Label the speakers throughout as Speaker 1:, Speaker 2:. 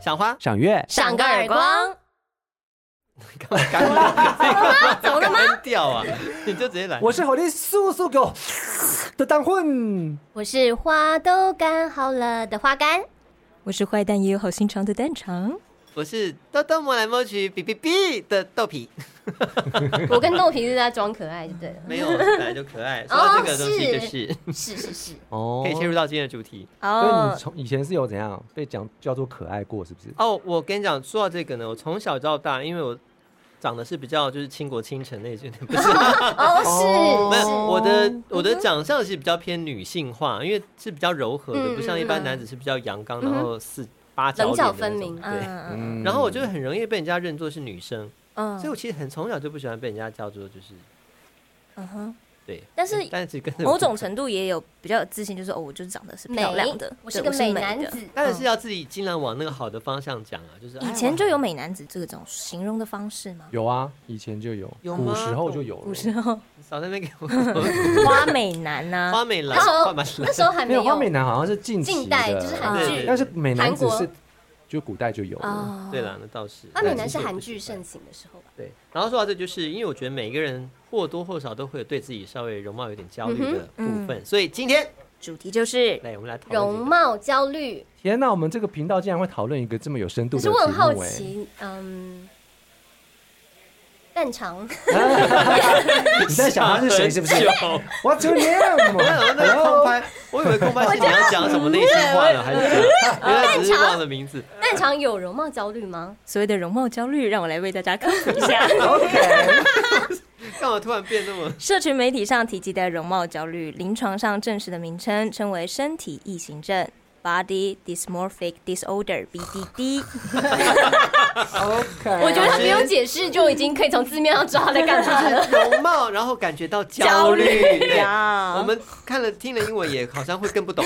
Speaker 1: 赏花，
Speaker 2: 赏月，
Speaker 3: 赏个耳光，
Speaker 1: 干嘛干嘛？
Speaker 3: 怎么了吗？
Speaker 1: 掉啊！ 你就直接来。
Speaker 2: 我是火力速速给我的当混，
Speaker 3: 我是花都干好了的花干，
Speaker 4: 我是坏蛋也有好心肠的蛋肠，
Speaker 1: 我是豆豆摸来摸去，比比比的豆皮，
Speaker 3: 我跟豆皮是在装可爱就对了。
Speaker 1: 没有本来就可爱。说到这个东西， 就是
Speaker 3: 哦是是是，
Speaker 2: 哦
Speaker 1: 可以切入到今天的主题
Speaker 2: 所以
Speaker 3: 哦
Speaker 2: 你，从以前是有怎样被讲叫做可爱过，是不是？
Speaker 1: 哦。我跟你讲，说到这个呢，我从小到大，因为我长得是比较就是倾国倾城那种，不是
Speaker 3: 哦
Speaker 1: 没有，
Speaker 3: 是是，
Speaker 1: 我的我的长相是比较偏女性化，因为是比较柔和的，
Speaker 3: 嗯
Speaker 1: 不像一般男子是比较阳刚，
Speaker 3: 嗯
Speaker 1: 然后四八角
Speaker 3: 棱
Speaker 1: 脸
Speaker 3: 角
Speaker 1: 的那
Speaker 3: 分
Speaker 1: 种
Speaker 3: 明
Speaker 1: 对。
Speaker 4: 嗯
Speaker 1: 然后我就很容易被人家认作是女生，
Speaker 4: 嗯
Speaker 1: 所以我其实很从小就不喜欢被人家叫做就是
Speaker 4: 嗯哼，
Speaker 1: 对，
Speaker 4: 但是
Speaker 1: 但是跟
Speaker 4: 某种程度也有比较有自信，就是哦，我就是长得是漂亮的
Speaker 3: 美，我是
Speaker 4: 对
Speaker 3: 个美
Speaker 4: 的
Speaker 3: 男子。
Speaker 1: 当然是要自己尽量往那个好的方向讲啊，就是
Speaker 4: 以前就
Speaker 1: 哎
Speaker 4: 有美男子这种形容的方式吗？
Speaker 2: 有啊，以前就有，
Speaker 1: 有吗
Speaker 2: 古时候就有了。
Speaker 4: 古时候
Speaker 1: 我少在那边给我
Speaker 4: 花美男啊呐、
Speaker 1: 花美男，
Speaker 3: 那时候
Speaker 1: 花美
Speaker 3: 那
Speaker 1: 男，
Speaker 3: 时候还
Speaker 2: 没
Speaker 3: 没
Speaker 2: 有
Speaker 3: 有
Speaker 2: 花美男好像是近期的
Speaker 3: 近代就是韩
Speaker 1: 对对
Speaker 3: 剧
Speaker 1: 对，
Speaker 2: 但是美男子
Speaker 3: 韩
Speaker 2: 是
Speaker 3: 国
Speaker 2: 就古代就有了。
Speaker 4: 哦
Speaker 1: 对，了，那倒是。
Speaker 3: 花
Speaker 1: 对
Speaker 3: 美男
Speaker 1: 其实
Speaker 3: 是
Speaker 1: 我
Speaker 3: 韩
Speaker 1: 不
Speaker 3: 剧
Speaker 1: 喜欢
Speaker 3: 盛行的时候吧？
Speaker 1: 对，然后说到这，就是因为我觉得每一个人或多或少都会有对自己稍微容貌有点焦虑的部分，所以今天
Speaker 4: 主题就是
Speaker 1: 来我们来讨论
Speaker 3: 容
Speaker 1: 这个、
Speaker 3: 貌焦虑，
Speaker 2: 天哪，我们这个频道竟然会讨论一个这么有深度的
Speaker 3: 可
Speaker 2: 题
Speaker 3: 是
Speaker 2: 目
Speaker 3: 我很好
Speaker 2: 哎
Speaker 3: 奇，嗯，蛋 肠
Speaker 2: 哎 你在想他是 谁是不是哦？What's your name？
Speaker 1: 我想到那个空拍，我以为空拍是你要讲什么内心话呢，还是怎样？原来只是忘了名字。
Speaker 3: 蛋肠有容貌焦虑吗？
Speaker 4: 所谓的容貌焦虑，让我来为大家科普 一下。
Speaker 1: 干嘛突然变那么？
Speaker 4: 社群媒体上提及的容貌焦虑，临床上正式的名称称为身体异形症 （Body Dysmorphic Disorder，BDD）。
Speaker 2: OK，
Speaker 3: 我觉得他不用解释就已经可以从字面上抓他在干嘛 了。
Speaker 1: 容貌，然后感觉到焦虑。对
Speaker 4: 呀
Speaker 1: 我们看了听了英文也好像会更 不懂。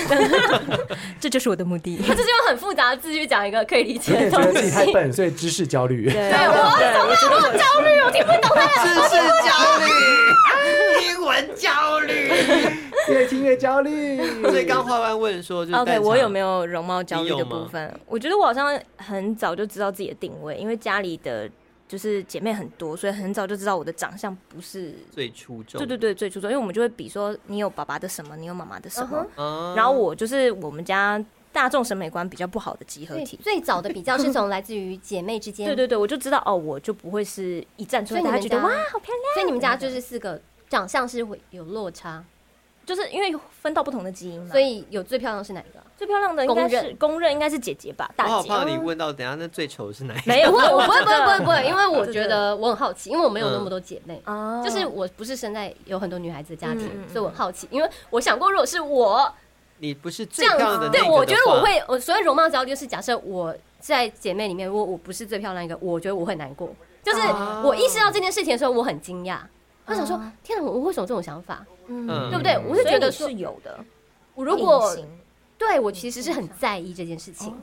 Speaker 4: 这就是我的目的。
Speaker 3: 他就是用很复杂的字去讲一个可以理
Speaker 2: 有
Speaker 3: 解的
Speaker 2: 点觉
Speaker 3: 东
Speaker 2: 得自己太
Speaker 3: 西。
Speaker 2: 笨，所以知识焦虑。
Speaker 4: 对，
Speaker 3: 焦虑，我听不懂他
Speaker 1: 知识焦 虑，英文焦虑。
Speaker 2: 越听越焦虑。
Speaker 1: 所以刚花完问说，就是
Speaker 4: OK，我有没
Speaker 1: 有？
Speaker 4: 有容貌焦虑
Speaker 1: 你有
Speaker 4: 的
Speaker 1: 吗
Speaker 4: 部分？我觉得我好像很早就知道自己的定位，因为家里的就是姐妹很多，所以很早就知道我的长相不是。
Speaker 1: 最出众。
Speaker 4: 对对对，最初中，因为我们就会比说你有爸爸的什么，你有妈妈的什么
Speaker 3: 嗯
Speaker 1: 啊
Speaker 4: 然后我就是我们家大众审美观比较不好的集合
Speaker 3: 最
Speaker 4: 体。
Speaker 3: 最早的比较是从来自于姐妹之间，
Speaker 4: 对对对，我就知道哦，我就不会是一站出来，
Speaker 3: 所以
Speaker 4: 大
Speaker 3: 你们
Speaker 4: 家觉得
Speaker 3: 家
Speaker 4: 哇好漂亮，
Speaker 3: 所以你们家就是四个长相是会有落差，
Speaker 4: 就是因为分到不同的基因嘛，
Speaker 3: 所以有最漂亮是哪一个啊？
Speaker 4: 最漂亮的应该
Speaker 3: 公
Speaker 4: 是
Speaker 3: 认
Speaker 4: 公认应该是姐姐吧，
Speaker 1: 我
Speaker 4: 大
Speaker 1: 好
Speaker 4: 姐。
Speaker 1: 怕你问到，等一下那最丑是哪一个？
Speaker 4: 嗯没有，
Speaker 3: 不会，哎 我不会，
Speaker 4: 真
Speaker 3: 不会，
Speaker 4: 的
Speaker 3: 不会，不会，因为我
Speaker 4: 真的
Speaker 3: 觉得我很好奇，因为我没有那么多姐妹，
Speaker 4: 哦，
Speaker 3: 就是我不是生在有很多女孩子的家庭，
Speaker 4: 嗯嗯嗯
Speaker 3: 所以我很好奇，因为我想过，如果是我
Speaker 1: 你不是最
Speaker 3: 这样
Speaker 1: 漂亮
Speaker 3: 子，
Speaker 1: 的那个的
Speaker 3: 对我觉得我
Speaker 1: 话。
Speaker 3: 会，我所谓容貌焦虑就是假设我在姐妹里面，如果我不是最漂亮一个，我觉得我会难过。就是
Speaker 1: 哦
Speaker 3: 我意识到这件事情的时候，我很惊讶，我想说
Speaker 4: 哦，
Speaker 3: 天啊哪，我为什么有这种想法？
Speaker 4: 嗯
Speaker 1: 嗯
Speaker 3: 对不对？我是
Speaker 4: 所以
Speaker 3: 觉得
Speaker 4: 你
Speaker 3: 说
Speaker 4: 是，有的。
Speaker 3: 我如果
Speaker 4: 隐形
Speaker 3: 对我其实是很在意这件事情。
Speaker 4: 哦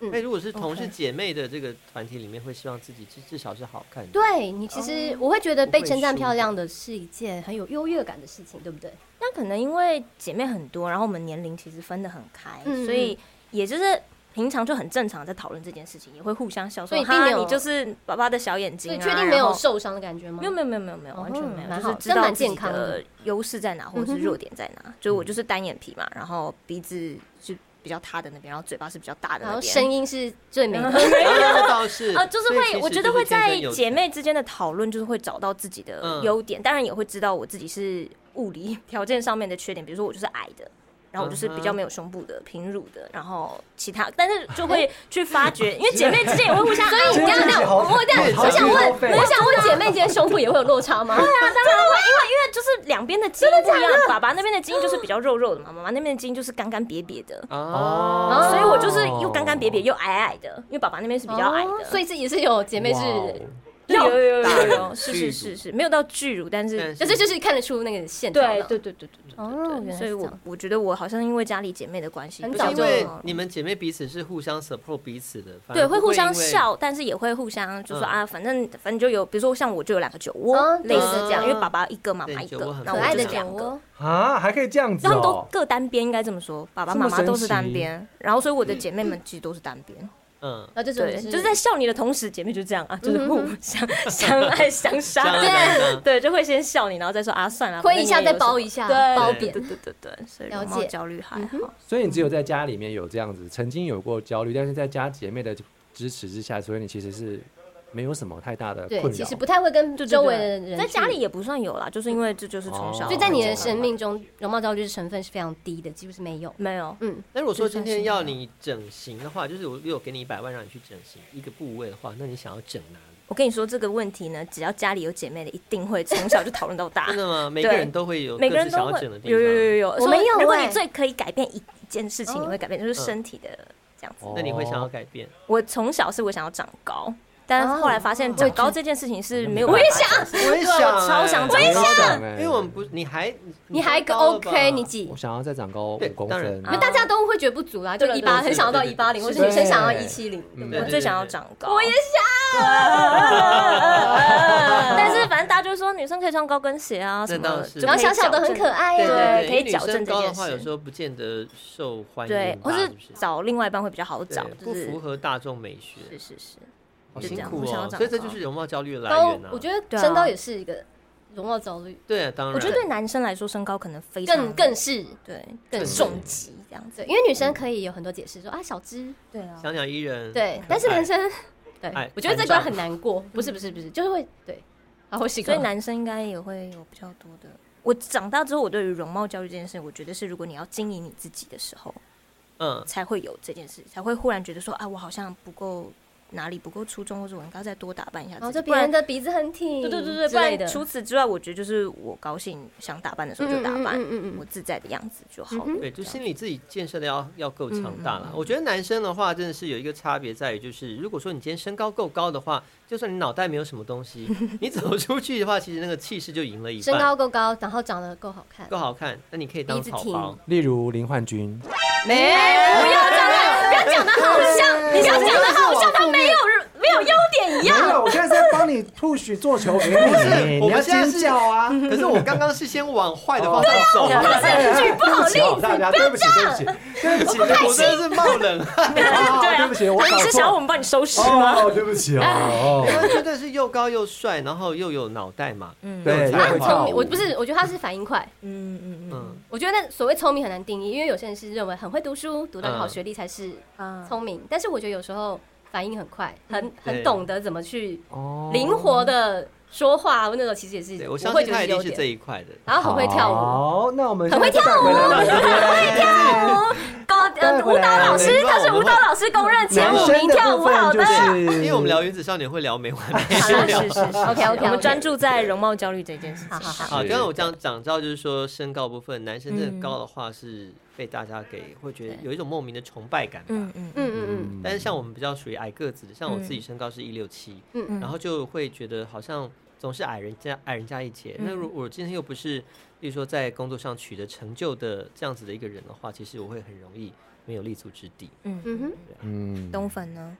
Speaker 1: 那哎如果是同是姐妹的这个团体里面，会希望自己至至少是好看的。
Speaker 3: 对你，其
Speaker 4: 哦
Speaker 3: 实我会觉得被称赞漂亮的是一件很有优越感的事情，对不对？
Speaker 4: 那可能因为姐妹很多，然后我们年龄其实分得很开，
Speaker 3: 嗯
Speaker 4: 所以也就是平常就很正常在讨论这件事情，也会互相笑
Speaker 3: 所
Speaker 4: 说，
Speaker 3: 以并没
Speaker 4: 哈，
Speaker 3: 有
Speaker 4: 你就是爸爸的小眼睛、
Speaker 3: 所以
Speaker 4: 啊，
Speaker 3: 确定没
Speaker 4: 然
Speaker 3: 有
Speaker 4: 后
Speaker 3: 受伤的感觉吗？
Speaker 4: 没有没有没有没有没有，
Speaker 3: 哦
Speaker 4: 完全没有，
Speaker 3: 蛮
Speaker 4: 就
Speaker 3: 好
Speaker 4: 是知道
Speaker 3: 真蛮
Speaker 4: 自己
Speaker 3: 健康
Speaker 4: 的
Speaker 3: 的
Speaker 4: 优势在哪，或者
Speaker 3: 嗯
Speaker 4: 是
Speaker 3: 哼
Speaker 4: 弱点在哪。就我就是单眼皮嘛，然后鼻子是比较塌的那边，然后嘴巴是比较大的
Speaker 3: 然
Speaker 4: 那
Speaker 3: 后
Speaker 4: 边。
Speaker 3: 声音是最美的。
Speaker 4: 嗯
Speaker 1: 那倒是
Speaker 4: 啊，就是
Speaker 1: 所以其
Speaker 4: 会，
Speaker 1: 实
Speaker 4: 我觉
Speaker 1: 就
Speaker 4: 得
Speaker 1: 是
Speaker 4: 会在
Speaker 1: 天生有
Speaker 4: 姐妹之间的讨论，就是会找到自己的
Speaker 1: 嗯
Speaker 4: 优点，当然也会知道我自己是物理 条件上面的缺点，比如说我就是矮的，然后我就是比
Speaker 1: 嗯
Speaker 4: 较没有胸部的、平乳的，然后其他，但是就
Speaker 1: 哎
Speaker 4: 会去 发掘，因为姐妹之间也会互相，所啊以
Speaker 3: 你 这样这样，我我这样，我想问，我想问姐妹间胸部也会有落差吗？
Speaker 4: 啊 当然会，因为因为就是两边的基因不一样，爸爸那边的基因就是比较肉肉的嘛，妈妈那边的基因就是干干瘪瘪的。
Speaker 1: 哦，
Speaker 3: 哦
Speaker 4: 所以我就是又干干瘪瘪又矮矮的，因为爸爸那边是比较矮的，
Speaker 3: 哦所以这也是有姐妹
Speaker 2: 哇哦
Speaker 3: 是，
Speaker 4: 有有有有
Speaker 1: 大
Speaker 4: 有，
Speaker 1: 乳
Speaker 4: 是
Speaker 1: 巨
Speaker 4: 是
Speaker 1: 乳
Speaker 4: 是是，没有到巨乳，但
Speaker 1: 但
Speaker 4: 是
Speaker 3: 就是就是看得出那个线条
Speaker 4: 对
Speaker 3: 的。
Speaker 4: 对对对对对
Speaker 3: 哦，原
Speaker 4: 对，
Speaker 3: 来
Speaker 4: 所
Speaker 3: 是
Speaker 4: 以
Speaker 3: 这
Speaker 4: 我
Speaker 3: 样。
Speaker 4: 我觉得我好像因为家里姐妹的关系，
Speaker 3: 很
Speaker 4: 不
Speaker 3: 早
Speaker 4: 是
Speaker 1: 因
Speaker 3: 就
Speaker 1: 为你们姐妹彼此是互相 support 彼此的，反而
Speaker 4: 对
Speaker 1: 不
Speaker 4: 会互相
Speaker 1: 因为。
Speaker 4: 笑，但是也会互相就说
Speaker 1: 嗯
Speaker 4: 啊，反正反正就有，比如说像我就有两个酒窝
Speaker 3: 哦，
Speaker 4: 类似
Speaker 3: 对
Speaker 4: 这样，
Speaker 1: 嗯
Speaker 4: 因为爸爸一个，妈
Speaker 1: 对
Speaker 4: 妈一
Speaker 1: 酒窝
Speaker 4: 个
Speaker 1: 很，
Speaker 4: 那
Speaker 3: 可
Speaker 4: 我
Speaker 3: 爱
Speaker 4: 就
Speaker 3: 的
Speaker 4: 是哦
Speaker 3: 酒
Speaker 4: 两个。
Speaker 3: 窝，
Speaker 2: 啊，还可以这样子
Speaker 4: 他们都
Speaker 2: 哦。
Speaker 4: 各单边，应该这么说，爸爸妈妈都是单边，然后所以我的姐妹们其实都是单边，
Speaker 1: 嗯，
Speaker 3: 然后这时候
Speaker 4: 对，
Speaker 3: 你
Speaker 4: 就是在笑你的同时，姐妹就这样啊，就是互相 相爱相杀，
Speaker 1: 相爱相杀
Speaker 4: 对对，就会先笑你，然后再说啊，算了，
Speaker 3: 挥
Speaker 4: 反
Speaker 3: 一
Speaker 4: 正
Speaker 3: 下
Speaker 4: 你也
Speaker 3: 再
Speaker 4: 有
Speaker 3: 包
Speaker 4: 什
Speaker 3: 一下，
Speaker 4: 对
Speaker 3: 包
Speaker 4: 对
Speaker 3: 扁
Speaker 4: 对。对对对，所以
Speaker 3: 了
Speaker 4: 容貌
Speaker 3: 解嗯
Speaker 4: 焦虑还好，
Speaker 2: 所以你只有在家里面有这样子，曾经有过焦虑，但是在家姐妹的支持之下，所以你其实是没有什么太大的
Speaker 3: 对，
Speaker 2: 困
Speaker 3: 其实
Speaker 2: 扰。
Speaker 3: 不太会跟
Speaker 4: 对对
Speaker 3: 周围
Speaker 4: 对
Speaker 3: 的人
Speaker 4: 在家
Speaker 3: 去
Speaker 4: 里也不算有啦，就是因为这就是从小，
Speaker 2: 哦
Speaker 3: 所以在你的
Speaker 2: 身
Speaker 3: 生命中，容貌焦虑的成分是非常低的，几乎是没有。
Speaker 4: 没有，
Speaker 3: 嗯，
Speaker 1: 那如果说今天
Speaker 4: 就
Speaker 1: 要
Speaker 4: 像是啊
Speaker 1: 你整形的话，就是我如果给你一百万让你去整形一个部位的话，那你想要整哪里？
Speaker 4: 我跟你说这个问题呢，只要家里有姐妹的，一定会从小就讨论到大
Speaker 1: 真，的吗？每个人都会有各
Speaker 4: 每个
Speaker 1: 自
Speaker 4: 人
Speaker 1: 想
Speaker 4: 都
Speaker 1: 要
Speaker 4: 会
Speaker 1: 整的地
Speaker 4: 有有有
Speaker 1: 方。
Speaker 4: 有，
Speaker 3: 我没有
Speaker 4: 所以如果
Speaker 3: 欸
Speaker 4: 你最可以改变一件事情，
Speaker 3: 哦
Speaker 4: 你会改变就
Speaker 1: 嗯
Speaker 4: 是
Speaker 1: 哦
Speaker 4: 身体的这样子。
Speaker 2: 哦
Speaker 1: 那你会想要改变？
Speaker 4: 我从小是我想要长高，但
Speaker 3: 哦
Speaker 4: 后来发现
Speaker 1: 哦
Speaker 4: 长高这件事情是没有，
Speaker 2: 我也
Speaker 4: 想，
Speaker 1: 我也
Speaker 4: 想哎我超想
Speaker 2: 我
Speaker 4: 整
Speaker 2: 也想
Speaker 1: 因
Speaker 2: 哎
Speaker 1: 为我们不，你还
Speaker 3: 你还
Speaker 1: 高了吧
Speaker 3: OK，你几
Speaker 2: 我？想要再长高五
Speaker 1: 对
Speaker 2: 公
Speaker 1: 当然
Speaker 2: 分
Speaker 3: 因，为
Speaker 4: 啊
Speaker 3: 大家都会觉得不足啦，啊就
Speaker 4: 对
Speaker 3: 一
Speaker 4: 对
Speaker 3: 八
Speaker 1: 对
Speaker 3: 很想要到
Speaker 1: 对
Speaker 3: 一
Speaker 1: 对
Speaker 3: 八零，或
Speaker 1: 对嗯
Speaker 3: 是女生
Speaker 2: 对
Speaker 3: 想要一七零，
Speaker 2: 嗯
Speaker 4: 我
Speaker 1: 对
Speaker 4: 最想要长高。
Speaker 3: 我也想。
Speaker 4: 但是反正大家就说女生可以穿高跟鞋啊什么
Speaker 1: 那倒
Speaker 4: 的，
Speaker 1: 是
Speaker 4: 就
Speaker 3: 然
Speaker 4: 可
Speaker 3: 后
Speaker 4: 以
Speaker 3: 小小的
Speaker 4: 矫
Speaker 3: 很
Speaker 4: 正
Speaker 3: 可爱啊呀、
Speaker 4: 对
Speaker 1: 对，
Speaker 4: 可
Speaker 1: 因
Speaker 4: 以
Speaker 1: 为女
Speaker 4: 矫正
Speaker 1: 生
Speaker 4: 这
Speaker 1: 高的
Speaker 4: 件
Speaker 1: 话，
Speaker 4: 事
Speaker 1: 有时候不见得受欢迎吧，
Speaker 4: 对，或
Speaker 1: 是
Speaker 4: 是
Speaker 1: 不是
Speaker 4: 找另外一半会比较好找，
Speaker 1: 对
Speaker 4: 就
Speaker 1: 不符
Speaker 4: 是
Speaker 1: 合大众美学，
Speaker 4: 是是是，
Speaker 1: 好
Speaker 4: 就
Speaker 1: 辛
Speaker 4: 这样
Speaker 1: 苦
Speaker 4: 我想要
Speaker 1: 哦。
Speaker 4: 长
Speaker 1: 所以这就
Speaker 4: 高
Speaker 1: 是容貌焦虑的来
Speaker 3: 高
Speaker 1: 源啊。，
Speaker 3: 我觉得
Speaker 4: 对啊
Speaker 3: 身高也是一个容貌焦虑，
Speaker 1: 对啊，当然，
Speaker 4: 我觉得对男生来说身高可能非常
Speaker 3: 更更是
Speaker 4: 对
Speaker 3: 更
Speaker 1: 是
Speaker 4: 重击这样子，
Speaker 3: 对，因为女生可以有很多解释说啊小只，
Speaker 4: 对啊，
Speaker 1: 小鸟依人，
Speaker 3: 对
Speaker 1: 可，
Speaker 3: 但是
Speaker 1: 嗯爱
Speaker 3: 男生，对
Speaker 1: 哎，
Speaker 3: 我觉得这
Speaker 1: 残
Speaker 3: 关
Speaker 1: 障
Speaker 3: 很难过，不是不是不是，就是会对，啊会习
Speaker 4: 所以
Speaker 3: 惯，
Speaker 4: 男生应该也会有比较多的。我长大之后，我对于容貌焦虑这件事，我觉得是如果你要经营你自己的时候，
Speaker 1: 嗯，
Speaker 4: 才会有这件事，才会忽然觉得说啊，我好像不够哪里不够出众，或者我应该再多打扮一下
Speaker 3: 然后
Speaker 4: 自
Speaker 3: 就
Speaker 4: 己，
Speaker 3: 哦别
Speaker 4: 不然
Speaker 3: 人的鼻子很挺，
Speaker 4: 对对对对，
Speaker 3: 之
Speaker 4: 不
Speaker 3: 类
Speaker 4: 然
Speaker 3: 的
Speaker 4: 除此之外，我觉得就是我高兴想打扮的时候就打扮
Speaker 3: 嗯嗯嗯嗯嗯，嗯
Speaker 4: 我自在的样子就好了。
Speaker 1: 对，就
Speaker 4: 这样
Speaker 1: 心理自己建设的要要够强大
Speaker 3: 嗯
Speaker 1: 了。我觉得男生的话，真的是有一个差别在于，就是如果说你今天身高够高的话，就算你脑袋没有什么东西，你走出去的话，其实那个气势就赢了一半。
Speaker 3: 身高够高，然后长得够好看，
Speaker 1: 够好看，那你可以当
Speaker 3: 鼻子
Speaker 1: 草
Speaker 3: 挺
Speaker 1: 包。
Speaker 2: 例如林焕君，
Speaker 3: 没不要讲
Speaker 4: 哎
Speaker 3: 的，不要讲的好像，你想讲的好像他没有没有优点
Speaker 2: 没
Speaker 3: 一样，
Speaker 2: 有，我现在在帮你 push 做 球给你，
Speaker 1: 我
Speaker 2: 你要
Speaker 1: 们现在
Speaker 2: 尖
Speaker 1: 是
Speaker 2: 叫啊！
Speaker 1: 可是我刚刚是先往坏的方向走
Speaker 4: 对啊
Speaker 1: 的，
Speaker 2: 是
Speaker 4: 举不好例子
Speaker 2: 大家对不起，对不起，对不起，对
Speaker 1: 我真的是冒冷汗。
Speaker 2: 啊
Speaker 4: 对啊
Speaker 2: 对不起我搞
Speaker 4: 你是
Speaker 2: 错
Speaker 4: 想要我们帮你收拾吗？
Speaker 2: 哦，对不起哦，
Speaker 4: 哎
Speaker 1: 他真的是又高又帅，然后又有脑袋嘛，
Speaker 4: 嗯
Speaker 2: 对，又
Speaker 1: 他
Speaker 3: 他
Speaker 2: 会
Speaker 3: 很
Speaker 2: 跳
Speaker 3: 聪
Speaker 2: 舞
Speaker 3: 明，我不是，我觉得他是反应快。
Speaker 4: 嗯嗯嗯
Speaker 1: 嗯，
Speaker 3: 我觉得那所谓聪明很难定义，因为有些人是认为很会读书，读到一个好学历才是
Speaker 4: 啊，
Speaker 3: 聪明，但是我觉得有时候反应很快，很
Speaker 1: 对
Speaker 3: 很懂得怎么去
Speaker 2: 哦
Speaker 3: 灵活的说话，那种其实也是
Speaker 1: 对我相
Speaker 3: 会
Speaker 1: 信
Speaker 3: 觉
Speaker 1: 他
Speaker 3: 得
Speaker 1: 一定
Speaker 3: 是优
Speaker 1: 是这
Speaker 3: 点。
Speaker 1: 一块的。
Speaker 3: 然后很会跳舞，
Speaker 2: 好，那我们
Speaker 3: 很会跳舞
Speaker 2: 现在带回来了
Speaker 3: 高
Speaker 2: 带
Speaker 3: 呃
Speaker 2: 回
Speaker 3: 舞
Speaker 2: 来
Speaker 3: 蹈老师，
Speaker 1: 对
Speaker 3: 他是舞蹈老师公认前
Speaker 2: 男
Speaker 3: 五
Speaker 2: 生
Speaker 3: 名
Speaker 2: 的
Speaker 3: 跳
Speaker 2: 部
Speaker 3: 舞
Speaker 2: 分
Speaker 3: 好
Speaker 2: 就
Speaker 3: 的。
Speaker 2: 是，
Speaker 1: 啊因为我们聊原子少年会聊没完没
Speaker 4: 是
Speaker 1: 了。
Speaker 4: 是是
Speaker 3: OK OK，
Speaker 4: 我们专注在容貌焦虑这件事情
Speaker 3: 好好
Speaker 4: 上。
Speaker 1: 好，
Speaker 2: 是
Speaker 1: 刚刚我讲讲到就是说身高部分，男生真的高的话是被大家给会觉得有一种莫名的崇拜感吧。
Speaker 4: 嗯嗯嗯，
Speaker 3: 嗯嗯
Speaker 1: 但是像我们比较属于矮个子的，像我自己身高是一六七，
Speaker 3: 嗯嗯
Speaker 1: 然后就会觉得好像总是矮人家矮人家一截。
Speaker 3: 嗯
Speaker 1: 那如果我今天又不是，例如说在工作上取得成就的这样子的一个人的话，其实我会很容易没有立足之地。
Speaker 3: 嗯哼，
Speaker 2: 嗯
Speaker 4: 东粉呢？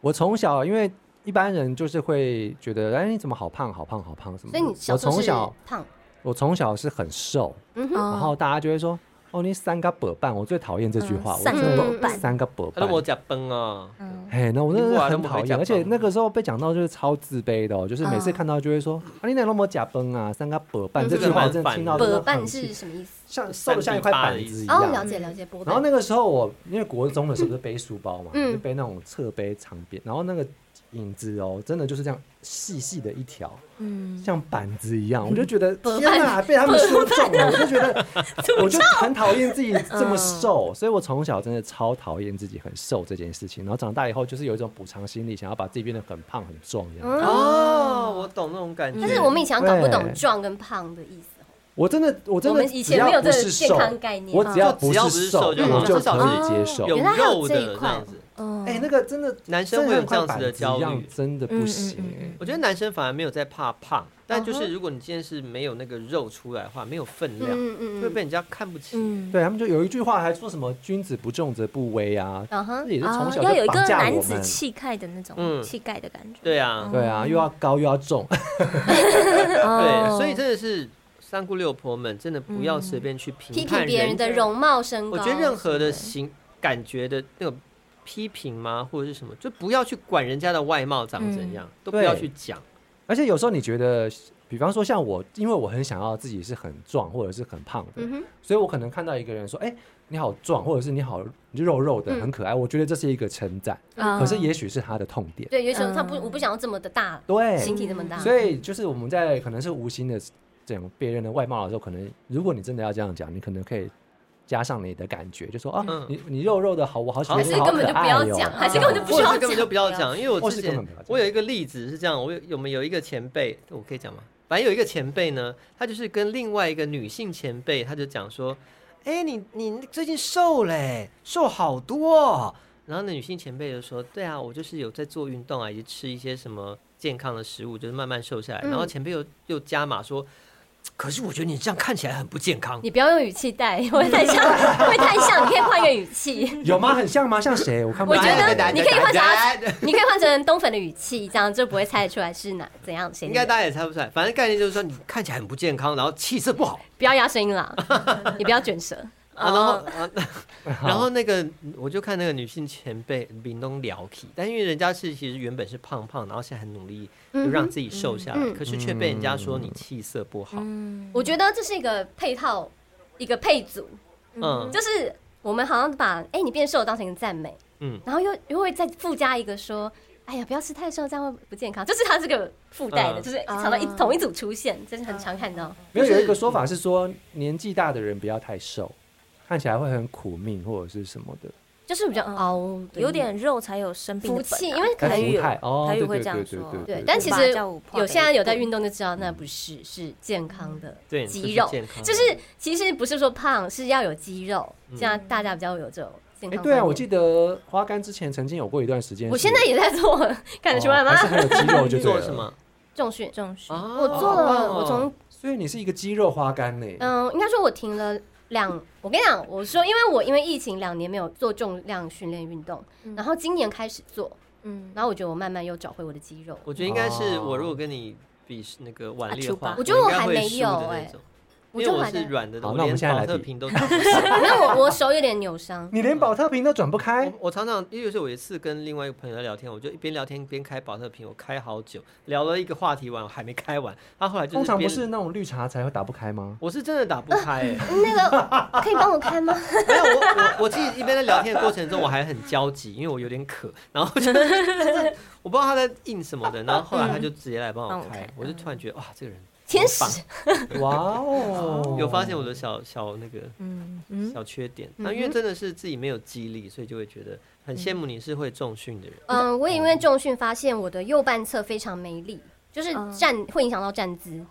Speaker 2: 我从小因为一般人就是会觉得，哎，你怎么好胖，好胖，好胖什么
Speaker 3: 所
Speaker 2: 的？
Speaker 3: 以你
Speaker 2: 嗯
Speaker 3: 小
Speaker 2: 我
Speaker 3: 时候
Speaker 2: 从
Speaker 3: 是
Speaker 2: 小
Speaker 3: 胖，
Speaker 2: 我从小是很瘦，
Speaker 3: 嗯哼，
Speaker 2: 然
Speaker 4: 然
Speaker 2: 后大家就会说，哦，你三个伯半，我最讨厌这句话，
Speaker 4: 嗯
Speaker 2: 我真的
Speaker 3: 三个伯
Speaker 2: 不
Speaker 3: 半
Speaker 2: 三个伯
Speaker 1: 他都
Speaker 2: 半
Speaker 1: 没。有假崩啊，
Speaker 3: 嗯
Speaker 2: 哎，那我真的
Speaker 1: 你
Speaker 2: 是
Speaker 1: 不啊
Speaker 2: 很讨厌，而且那个时候被讲到就是超自卑的哦，就是每次看到就会说，啊，你奶龙膜假崩啊，三个伯半
Speaker 3: 嗯
Speaker 2: 这句话，我真的听到真的很
Speaker 3: 伯半
Speaker 2: 气
Speaker 3: 是什么意思？
Speaker 2: 像瘦的像一块板子一
Speaker 3: 哦，了
Speaker 2: 样。
Speaker 3: 解了解，伯
Speaker 2: 然后
Speaker 3: 半。
Speaker 2: 那个时候我因为国中的时候不是背书包嘛，
Speaker 3: 嗯
Speaker 2: 就背那种侧背长边，然后那个影子哦，真的就是这样细细的一条，
Speaker 4: 嗯，
Speaker 2: 像板子一样，我就觉得
Speaker 3: 伯
Speaker 2: 天哪，被他们说中了，我就觉 得
Speaker 4: 怎么
Speaker 2: 我就很讨厌自己这么
Speaker 3: 嗯
Speaker 2: 瘦，所以我从小真的超讨厌自己很瘦这件事情。然后长大以后就是有一种补偿心理，想要把自己变得很胖很壮这
Speaker 3: 嗯
Speaker 2: 样。
Speaker 1: 哦，我懂那种感觉。
Speaker 3: 但是我们以前搞不懂
Speaker 2: 对
Speaker 3: 壮跟胖的意思哦，
Speaker 2: 我真的，我真
Speaker 3: 我
Speaker 2: 的
Speaker 3: 们以
Speaker 2: 只
Speaker 3: 前没有
Speaker 2: 要不
Speaker 3: 这个
Speaker 2: 是
Speaker 3: 健
Speaker 2: 瘦
Speaker 3: 康概念
Speaker 2: 我只要
Speaker 1: 哦就只
Speaker 2: 不
Speaker 1: 要
Speaker 2: 是
Speaker 1: 不是瘦
Speaker 2: 瘦，
Speaker 1: 就
Speaker 2: 我
Speaker 1: 好
Speaker 2: 就
Speaker 1: 至少
Speaker 2: 可以
Speaker 1: 是
Speaker 2: 接受。
Speaker 1: 有
Speaker 3: 原来还有
Speaker 1: 肉
Speaker 3: 这一
Speaker 1: 的这
Speaker 3: 块
Speaker 1: 样子，
Speaker 4: 哦
Speaker 2: 哎，那个真的
Speaker 1: 男生会有这样子的焦虑
Speaker 2: 真的很快板子一样。真
Speaker 4: 嗯
Speaker 2: 的不行哎。
Speaker 1: 我觉得男生反而没有在怕胖，但
Speaker 3: 嗯
Speaker 1: 就是如果你今天是没有那个肉出来的话，没有分量，
Speaker 3: 嗯嗯
Speaker 1: 会被人家看不起。
Speaker 4: 嗯，
Speaker 2: 对他们就有一句话还说什么“君子不重则不威”啊，
Speaker 3: 嗯哼
Speaker 2: 这，也是从
Speaker 4: 啊，
Speaker 2: 小
Speaker 4: 要有
Speaker 2: 就
Speaker 4: 一个
Speaker 2: 绑架
Speaker 4: 男
Speaker 2: 我
Speaker 4: 子
Speaker 2: 们。
Speaker 4: 气概的那
Speaker 1: 嗯
Speaker 4: 种气概的感觉。
Speaker 1: 对啊，
Speaker 2: 对啊，又要高又要重，
Speaker 4: 嗯
Speaker 3: 哦
Speaker 1: 对，
Speaker 4: 对
Speaker 1: 所以真的是三姑六婆们，真的不要随便去
Speaker 3: 嗯批
Speaker 1: 评
Speaker 3: 评
Speaker 1: 判
Speaker 3: 别人的容貌身
Speaker 1: 我
Speaker 3: 高，
Speaker 1: 觉得任何的形感觉的那种批评吗，或者是什么，就不要去管人家的外貌长
Speaker 3: 嗯
Speaker 1: 怎样，都不
Speaker 2: 对
Speaker 1: 要去讲。
Speaker 2: 而且有时候你觉得，比方说像我，因为我很想要自己是很壮或者是很胖的，
Speaker 4: 嗯
Speaker 3: 嗯
Speaker 2: 所以我可能看到一个人说：“哎、你好壮，或者是你好肉肉的，很可爱。”我觉得这是一个称赞，
Speaker 4: 嗯
Speaker 2: 可是也许是他的痛点。
Speaker 3: 对，有时候他不，我不想要这么的大，
Speaker 2: 对，
Speaker 3: 形体这么大，
Speaker 2: 所以就是我们在可能是无心的这种辨认的外貌的时候，可能如果你真的要这样讲，你可能可以加上你的感觉，就说啊，
Speaker 1: 嗯
Speaker 2: 你你肉肉的好，我好喜欢
Speaker 1: 还
Speaker 3: 还
Speaker 2: 你，
Speaker 3: 是
Speaker 2: 好
Speaker 3: 根
Speaker 2: 可
Speaker 3: 本就不
Speaker 2: 爱
Speaker 3: 要
Speaker 2: 哦
Speaker 3: 讲，还是根本就不需
Speaker 1: 或
Speaker 3: 要
Speaker 1: 者根本就
Speaker 3: 讲。
Speaker 1: 不要讲，因为我
Speaker 2: 或是
Speaker 1: 之
Speaker 2: 根
Speaker 1: 前
Speaker 2: 本不要讲
Speaker 1: 我有一个例子是这样，我有我们有一个前辈，我可以讲吗？反正有一个前辈呢，他就是跟另外一个女性前辈，他就讲说：“哎、你你最近瘦嘞、瘦好多、哦。”然后那女性前辈就说：“对啊，我就是有在做运动啊，以及吃一些什么健康的食物，就是慢慢瘦下来。然
Speaker 3: 嗯
Speaker 1: 后前辈又又加码说：“可是我觉得你这样看起来很不健康。”
Speaker 3: 你不要用语气带，会太像，会太像。你可以换一个语气，
Speaker 2: 有吗？很像吗？像谁？我看不
Speaker 3: 我
Speaker 2: 出
Speaker 3: 觉
Speaker 2: 来
Speaker 3: 得你可以换成阿
Speaker 1: 成
Speaker 3: 你可以换成东粉的语气，这样就不会猜得出来是哪怎样谁
Speaker 1: 应
Speaker 3: 的。
Speaker 1: 该大家也猜不出来，反正概念就是说你看起来很不健康，然后气色不好。
Speaker 3: 不要压声音啦，也不要 卷舌。
Speaker 1: 啊，
Speaker 3: 哦
Speaker 1: 然后、啊、 然后那个我就看那个女性前辈林东聊起，但因为人家是其实原本是胖胖，然后现在很努力就让自己瘦下来，
Speaker 3: 嗯
Speaker 1: 可是却被人家说你气色不好，嗯，
Speaker 3: 我觉得这是一个配套，一个配组，
Speaker 1: 嗯
Speaker 3: 就是我们好像把哎、你变瘦当成一个赞美，
Speaker 1: 嗯
Speaker 3: 然后又又会再附加一个说，哎呀不要吃太瘦，这样会不健康，就是它这个附带的，
Speaker 1: 嗯
Speaker 3: 就是常常一、
Speaker 4: 啊
Speaker 3: 同一组出现，这是很常看到。
Speaker 2: 没有有一个说法是说，年纪大的人不要太瘦，看起来会很苦命或者是什么的。
Speaker 3: 就是比较哦凹，
Speaker 4: 有点肉才有生病的本啊
Speaker 3: 福气因为
Speaker 2: 能
Speaker 3: 可
Speaker 4: 台语
Speaker 2: 福
Speaker 4: 有
Speaker 2: 态哦
Speaker 4: 台语会
Speaker 2: 对对
Speaker 4: 这样
Speaker 2: 对
Speaker 4: 说
Speaker 2: 对，哎
Speaker 3: 对，但其
Speaker 4: 我
Speaker 3: 实
Speaker 4: 爸叫我画
Speaker 3: 有现在有在运
Speaker 4: 动，
Speaker 3: 动就知道，那不是是健康的
Speaker 1: 对这
Speaker 3: 肌
Speaker 1: 是
Speaker 3: 肉
Speaker 1: 健康，的嗯
Speaker 3: 就是其实不是说胖，是要有肌肉，这样大家比较有这种健
Speaker 2: 哎，
Speaker 3: 康。
Speaker 2: 对啊，我记得花干之前曾经有过一段时间是，
Speaker 3: 我现在也在做， 看得出来
Speaker 2: 哦还是
Speaker 3: 吗？
Speaker 2: 很有肌肉就对
Speaker 1: 做
Speaker 2: 了
Speaker 1: 什？么？
Speaker 3: 重训，
Speaker 4: 重视
Speaker 1: 啊
Speaker 3: 我做了，
Speaker 1: 哦
Speaker 3: 我从
Speaker 2: 所以你是一个肌肉花干呢？
Speaker 3: 嗯，应该说我停了两，我跟你讲，我说因为我因为疫情两年没有做重量训练运动，然后今年开始做，
Speaker 4: 嗯，
Speaker 3: 然后我觉得我慢慢又找回我的肌肉。
Speaker 1: 我觉得应该是
Speaker 2: 哦
Speaker 1: 我如果跟你比是那个腕力
Speaker 4: 啊
Speaker 1: 的
Speaker 4: 出吧
Speaker 1: 话，
Speaker 3: 我觉得我
Speaker 1: 应该
Speaker 3: 还
Speaker 1: 会
Speaker 3: 没
Speaker 1: 输
Speaker 3: 有
Speaker 1: 的那
Speaker 3: 哎
Speaker 1: 种
Speaker 3: 我
Speaker 1: 因为
Speaker 3: 就
Speaker 1: 我
Speaker 3: 还
Speaker 1: 是
Speaker 3: 在
Speaker 1: 软的，
Speaker 2: 好
Speaker 1: 我
Speaker 2: 那我们
Speaker 1: 连
Speaker 2: 现在
Speaker 1: 保
Speaker 2: 来
Speaker 1: 特
Speaker 2: 比
Speaker 1: 瓶都打不开
Speaker 3: 没有，我我手有点扭伤。
Speaker 2: 你连保特瓶都转不开
Speaker 1: 我，我常常，因为是我有一次跟另外一个朋友在聊天，我就一边聊天边开保特瓶，我开好久，聊了一个话题完，我还没开完。他后来就是
Speaker 2: 通常不
Speaker 1: 边
Speaker 2: 是，那种绿茶才会打不开吗？
Speaker 1: 我是真的打不开、欸。
Speaker 3: 嗯那个可以帮我开吗？
Speaker 1: 没有，我我我自己一边在聊天的过程中，我还很焦急，因为我有点渴，然后 就是我不知道他在印什么的，然后后来他就直接来帮
Speaker 4: 帮
Speaker 1: 我
Speaker 4: 我
Speaker 1: 开
Speaker 4: 开，
Speaker 1: 我就突然觉得哇，这个人
Speaker 3: 天
Speaker 1: 好
Speaker 3: 使，
Speaker 2: 哇哦
Speaker 1: 棒，有发现我的小小那个
Speaker 4: 嗯嗯，
Speaker 1: 小缺点，那因为真的是自己没有肌力，所以就会觉得很羡慕你是会重训的人。
Speaker 3: 嗯，我也因为重训发现我的右半侧非常没力，就是站会影响到站姿，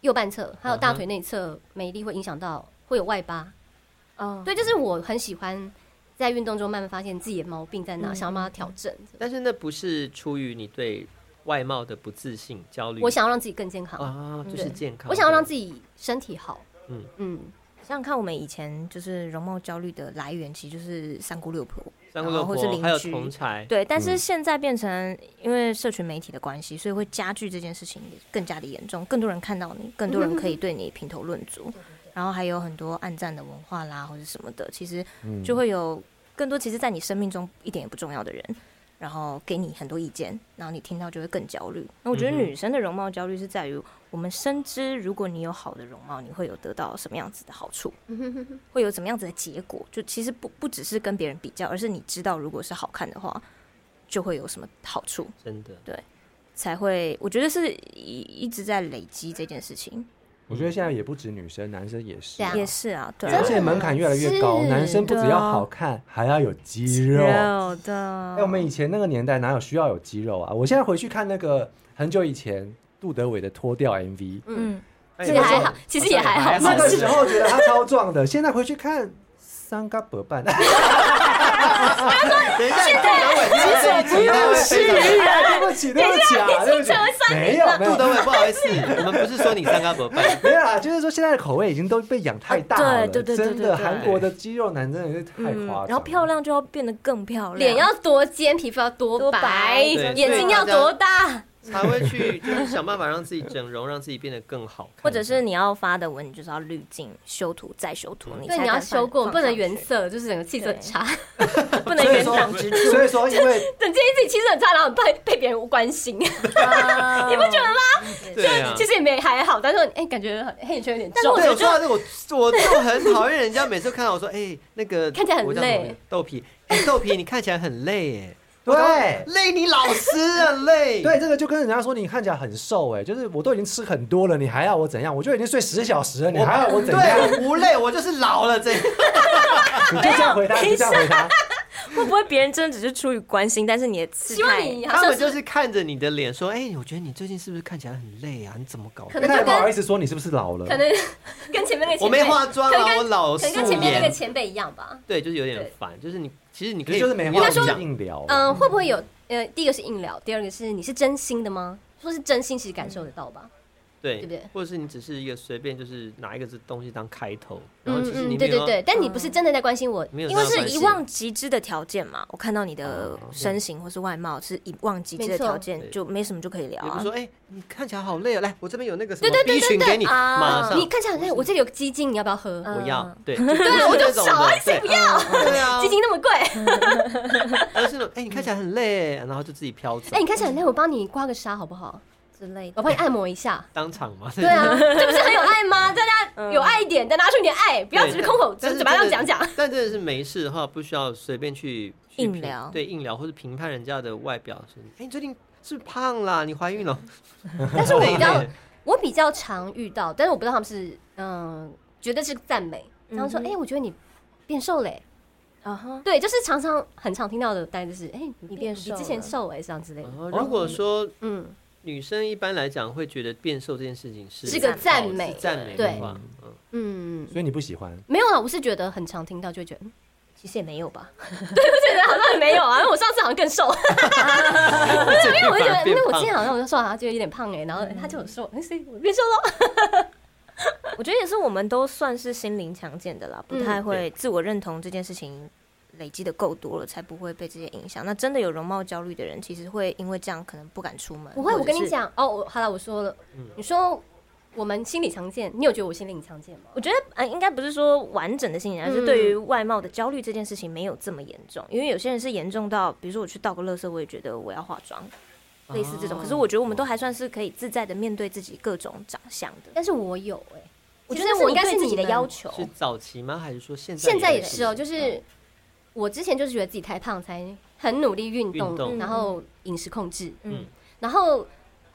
Speaker 3: 右半侧还有
Speaker 2: 嗯
Speaker 3: 大腿内侧没力会影响到会有外八。
Speaker 4: 哦，
Speaker 3: 对，就是我很喜欢在运动中慢慢发现自己的毛病在哪，
Speaker 4: 嗯
Speaker 3: 想要帮它调整。
Speaker 1: 但是那不是出于你对外貌的不自信、焦虑，
Speaker 3: 我想要让自己更健康，
Speaker 1: 啊，就是
Speaker 3: 对
Speaker 1: 健康，
Speaker 3: 我想要让自己身体好。
Speaker 1: 嗯
Speaker 3: 嗯嗯，
Speaker 4: 想想看，我们以前就是容貌焦虑的来源，其实就是三姑六婆，
Speaker 1: 三姑六
Speaker 4: 或是
Speaker 1: 婆，
Speaker 4: 邻
Speaker 1: 还有
Speaker 4: 居
Speaker 1: 同才，
Speaker 4: 对，但是现在变成因为社群媒体的关系，所以会加剧这件事情也更加的严重，更多人看到你，更多人可以对你评头论足，然后还有很多暗赞的文化啦或者什么的，其实就会有更多其实，在你生命中一点也不重要的人。然后给你很多意见，然后你听到就会更焦虑。那我觉得
Speaker 1: 嗯哼
Speaker 4: 女生的容貌焦虑是在于，我们深知如果你有好的容貌，你会有得到什么样子的好处，会有怎么样子的结果。就其实不不只是跟别人比较，而是你知道，如果是好看的话，就会有什么好处，
Speaker 1: 真的，
Speaker 4: 才会我觉得是一一直在累积这件事情。
Speaker 2: 我觉得现在也不止女生，男生也是
Speaker 3: 对。啊
Speaker 4: 也是啊，对啊，
Speaker 2: 而且门槛越来越高，
Speaker 3: 是
Speaker 2: 男生不只要好看，还要有肌肉。哎、
Speaker 4: 有的。
Speaker 2: 我们以前那个年代哪有需要有肌肉啊？我现在回去看那个很久以前杜德伟的脱掉 MV，
Speaker 4: 嗯，
Speaker 1: 哎
Speaker 3: 其实还
Speaker 1: 我
Speaker 3: 好，其实也还好，
Speaker 2: 那个时候觉得他超壮的，现在回去看三嘎伯半，
Speaker 1: 等一下，杜德伟听到这一集，他会非常
Speaker 2: 对不起，对不起啊，对不起，没有没
Speaker 1: 杜
Speaker 2: 有
Speaker 1: 德伟不好意思，我们不是说你三高不办，
Speaker 2: 没有啦，就是说现在的口味已经都被养太大了，
Speaker 4: 啊对对对
Speaker 2: 真
Speaker 4: 对
Speaker 2: 的
Speaker 4: 对
Speaker 2: 韩国的肌肉男真的是太夸张、
Speaker 4: 嗯然后漂。亮就要变得更漂亮，
Speaker 3: 脸要多尖，皮肤要多
Speaker 4: 多白
Speaker 3: 白，
Speaker 1: 对
Speaker 3: 眼睛要多大，
Speaker 1: 才会去就是想办法让自己整容，让自己变得更好看，
Speaker 4: 或者是你要发的文，就是要滤镜、修图、再修图，嗯你
Speaker 3: 对，
Speaker 4: 才
Speaker 3: 你要
Speaker 4: 敢放
Speaker 3: 修过，
Speaker 4: 放
Speaker 3: 不能
Speaker 4: 上
Speaker 3: 原
Speaker 4: 去
Speaker 3: 色，就是整个气色很
Speaker 4: 对
Speaker 3: 差。
Speaker 4: 不能
Speaker 2: 所以
Speaker 4: 原
Speaker 2: 说
Speaker 4: 厂直出。
Speaker 2: 所以说，因为
Speaker 3: 等建议自己气色很差，然后很怕被别人关心，
Speaker 4: 你不觉得吗？
Speaker 1: 对啊。
Speaker 3: 其实也没还好，但是哎，感觉黑眼圈有点
Speaker 4: 但是
Speaker 3: 重
Speaker 4: 我。
Speaker 1: 对，啊
Speaker 4: 觉
Speaker 1: 我说到
Speaker 4: 得
Speaker 1: 这个，我我就很讨厌人家每次看到我说，哎、那个
Speaker 3: 看起来很
Speaker 1: 我叫什么
Speaker 3: 累
Speaker 1: 名字豆皮，哎、豆皮，你看起来很累，哎，
Speaker 2: 对
Speaker 1: 累你老师很累，
Speaker 2: 对，这个就跟人家说你看起来很瘦哎、就是我都已经吃很多了，你还要我怎样？我就已经睡十小时了，你还要我怎样？
Speaker 1: 对，我啊不累，我就是老了 这样。
Speaker 2: 你就这样回答，你就这样回答。
Speaker 4: 会不会别人真的只是出于关心，但是你的姿态
Speaker 3: 希望你好
Speaker 1: 他
Speaker 3: 像
Speaker 1: 们就是是看着你的脸说，哎、我觉得你最近是不是看起来很累啊？你怎么搞
Speaker 3: 可
Speaker 1: 的？
Speaker 3: 能
Speaker 2: 那也
Speaker 3: 就
Speaker 2: 不好
Speaker 3: 跟
Speaker 2: 意思说你是不是老了？
Speaker 3: 可能跟前面那个前辈
Speaker 1: 我没化妆
Speaker 3: 可能
Speaker 1: 啊，
Speaker 3: 跟
Speaker 1: 我老
Speaker 3: 可
Speaker 1: 素
Speaker 3: 能跟前面那个
Speaker 1: 颜。
Speaker 3: 前辈一样吧。
Speaker 1: 对，就是有点
Speaker 3: 对
Speaker 1: 烦，就是你其实你
Speaker 2: 可
Speaker 1: 可以
Speaker 2: 是就是没
Speaker 1: 不要
Speaker 2: 话
Speaker 1: 讲
Speaker 2: 讲硬聊。
Speaker 3: 嗯，会不会有呃，第一个是硬聊，第二个是你是真心的吗？说是真心，其实感受得到吧。
Speaker 1: 对
Speaker 3: 对不对
Speaker 1: 或者是你只是一个随便就是拿一个东西当开头，然后
Speaker 3: 嗯
Speaker 1: 其实
Speaker 3: 嗯，
Speaker 1: 你
Speaker 3: 对
Speaker 1: 没有
Speaker 3: 对
Speaker 1: 要
Speaker 3: 对，但你不是真的在关心我，
Speaker 1: 没有
Speaker 4: 因为
Speaker 1: 这样
Speaker 4: 是
Speaker 1: 关
Speaker 4: 一
Speaker 1: 系
Speaker 4: 望即知的条件嘛，我看到你的身形或是外貌是一望即知的条
Speaker 1: 没
Speaker 4: 件，
Speaker 1: 错
Speaker 4: 就没什么就可以聊
Speaker 1: 也不
Speaker 4: 啊
Speaker 1: 是。说哎、你看起来好累啊，来我这边有那个什
Speaker 3: 对
Speaker 1: 么
Speaker 3: 对
Speaker 1: B
Speaker 3: 对对
Speaker 1: 群
Speaker 3: 对
Speaker 1: 给你，
Speaker 4: 啊
Speaker 1: 马上
Speaker 3: 你看起来很累，我这里有鸡精，你要不要喝？
Speaker 1: 我
Speaker 4: 嗯
Speaker 1: 要， 对，
Speaker 3: 对
Speaker 1: 对
Speaker 3: 啊，我就
Speaker 1: 种
Speaker 3: 少啊
Speaker 1: 的，，对
Speaker 3: 谁不要？
Speaker 1: 对啊，
Speaker 3: 鸡精那么贵，
Speaker 1: 而是那种哎你看起来很累，然后就自己飘走
Speaker 3: 哎，，你看起来很累，我帮你刮个痧好不好？
Speaker 4: 之类
Speaker 3: 我帮你按摩一下。
Speaker 1: 当场 嘛，
Speaker 3: 对啊，这不是很有爱吗？大家有爱一点，再拿出你的爱，不
Speaker 1: 对，
Speaker 3: 要只是空口
Speaker 1: 但是
Speaker 3: 只嘴巴上
Speaker 1: 真的
Speaker 3: 讲讲。。
Speaker 1: 但真的是没事的话，不需要随便去去
Speaker 4: 硬
Speaker 1: 评
Speaker 4: 聊
Speaker 1: 对硬聊或者评判人家的外表是，哎，你最近是不是胖啦？你怀孕了？
Speaker 3: 但是我比较哦
Speaker 1: 对
Speaker 3: 我比较常遇到，但是我不知道他们是嗯，觉得是赞美，然后说
Speaker 4: 嗯
Speaker 3: 哎、
Speaker 4: 哼
Speaker 3: 诶我觉得你变瘦嘞、
Speaker 4: 啊哈，
Speaker 3: 对，就是常常很常听到的，但就是哎、诶你
Speaker 4: 你
Speaker 3: 变
Speaker 4: 变
Speaker 3: 比
Speaker 4: 瘦
Speaker 3: 之前
Speaker 4: 了
Speaker 3: 瘦哎、这样之类的
Speaker 1: 然，后如果说
Speaker 3: 嗯，
Speaker 1: 女生一般来讲会觉得变瘦这件事情是
Speaker 3: 是个赞美
Speaker 1: 是赞美
Speaker 3: 对
Speaker 1: 的 话，嗯，
Speaker 3: 嗯，
Speaker 2: 所以你不喜欢？
Speaker 3: 没有啦，我是觉得很常听到，就会觉得嗯
Speaker 4: 其实也没有吧。
Speaker 3: 对对，好像也没有啊，因为我上次好像更瘦，
Speaker 1: 因
Speaker 3: 哎因为我就觉得，因为我之前好像我就瘦，好像就有点胖哎、然后他就有说，哎、所以我变瘦了，
Speaker 4: 我觉得也是，我们都算是心灵强健的啦，不太
Speaker 1: 嗯
Speaker 4: 会自我认同这件事情累积的够多了，才不会被这些影响。那真的有容貌焦虑的人，其实会因为这样可能不敢出门。
Speaker 3: 我会，
Speaker 4: 或
Speaker 3: 我
Speaker 4: 者
Speaker 3: 跟你
Speaker 4: 是，
Speaker 3: 讲哦，我好了，我说了，
Speaker 1: 嗯
Speaker 3: 你说我们心理常见，你有觉得我心理强健吗？
Speaker 4: 我觉得呃，应该不是说完整的心理，而
Speaker 3: 嗯
Speaker 4: 是对于外貌的焦虑这件事情没有这么严重。因为有些人是严重到，比如说我去倒个垃圾，我也觉得我要化妆，
Speaker 3: 啊
Speaker 4: 类似这种。可是我觉得我们都还算是可以自在的面对自己各种长相的。
Speaker 3: 但是我有哎、
Speaker 4: 我
Speaker 3: 其
Speaker 4: 觉
Speaker 3: 实
Speaker 4: 得
Speaker 3: 我
Speaker 4: 我应该
Speaker 3: 对
Speaker 4: 是
Speaker 3: 自
Speaker 4: 你
Speaker 3: 己
Speaker 4: 的
Speaker 3: 们
Speaker 4: 要求，
Speaker 1: 是早期吗？还是说现在？
Speaker 3: 现在也是哦，
Speaker 1: 嗯
Speaker 3: 就是我之前就是觉得自己太胖，才很努力运动，
Speaker 1: 运动
Speaker 3: 然后饮食控制，
Speaker 1: 嗯
Speaker 4: 嗯，
Speaker 3: 然后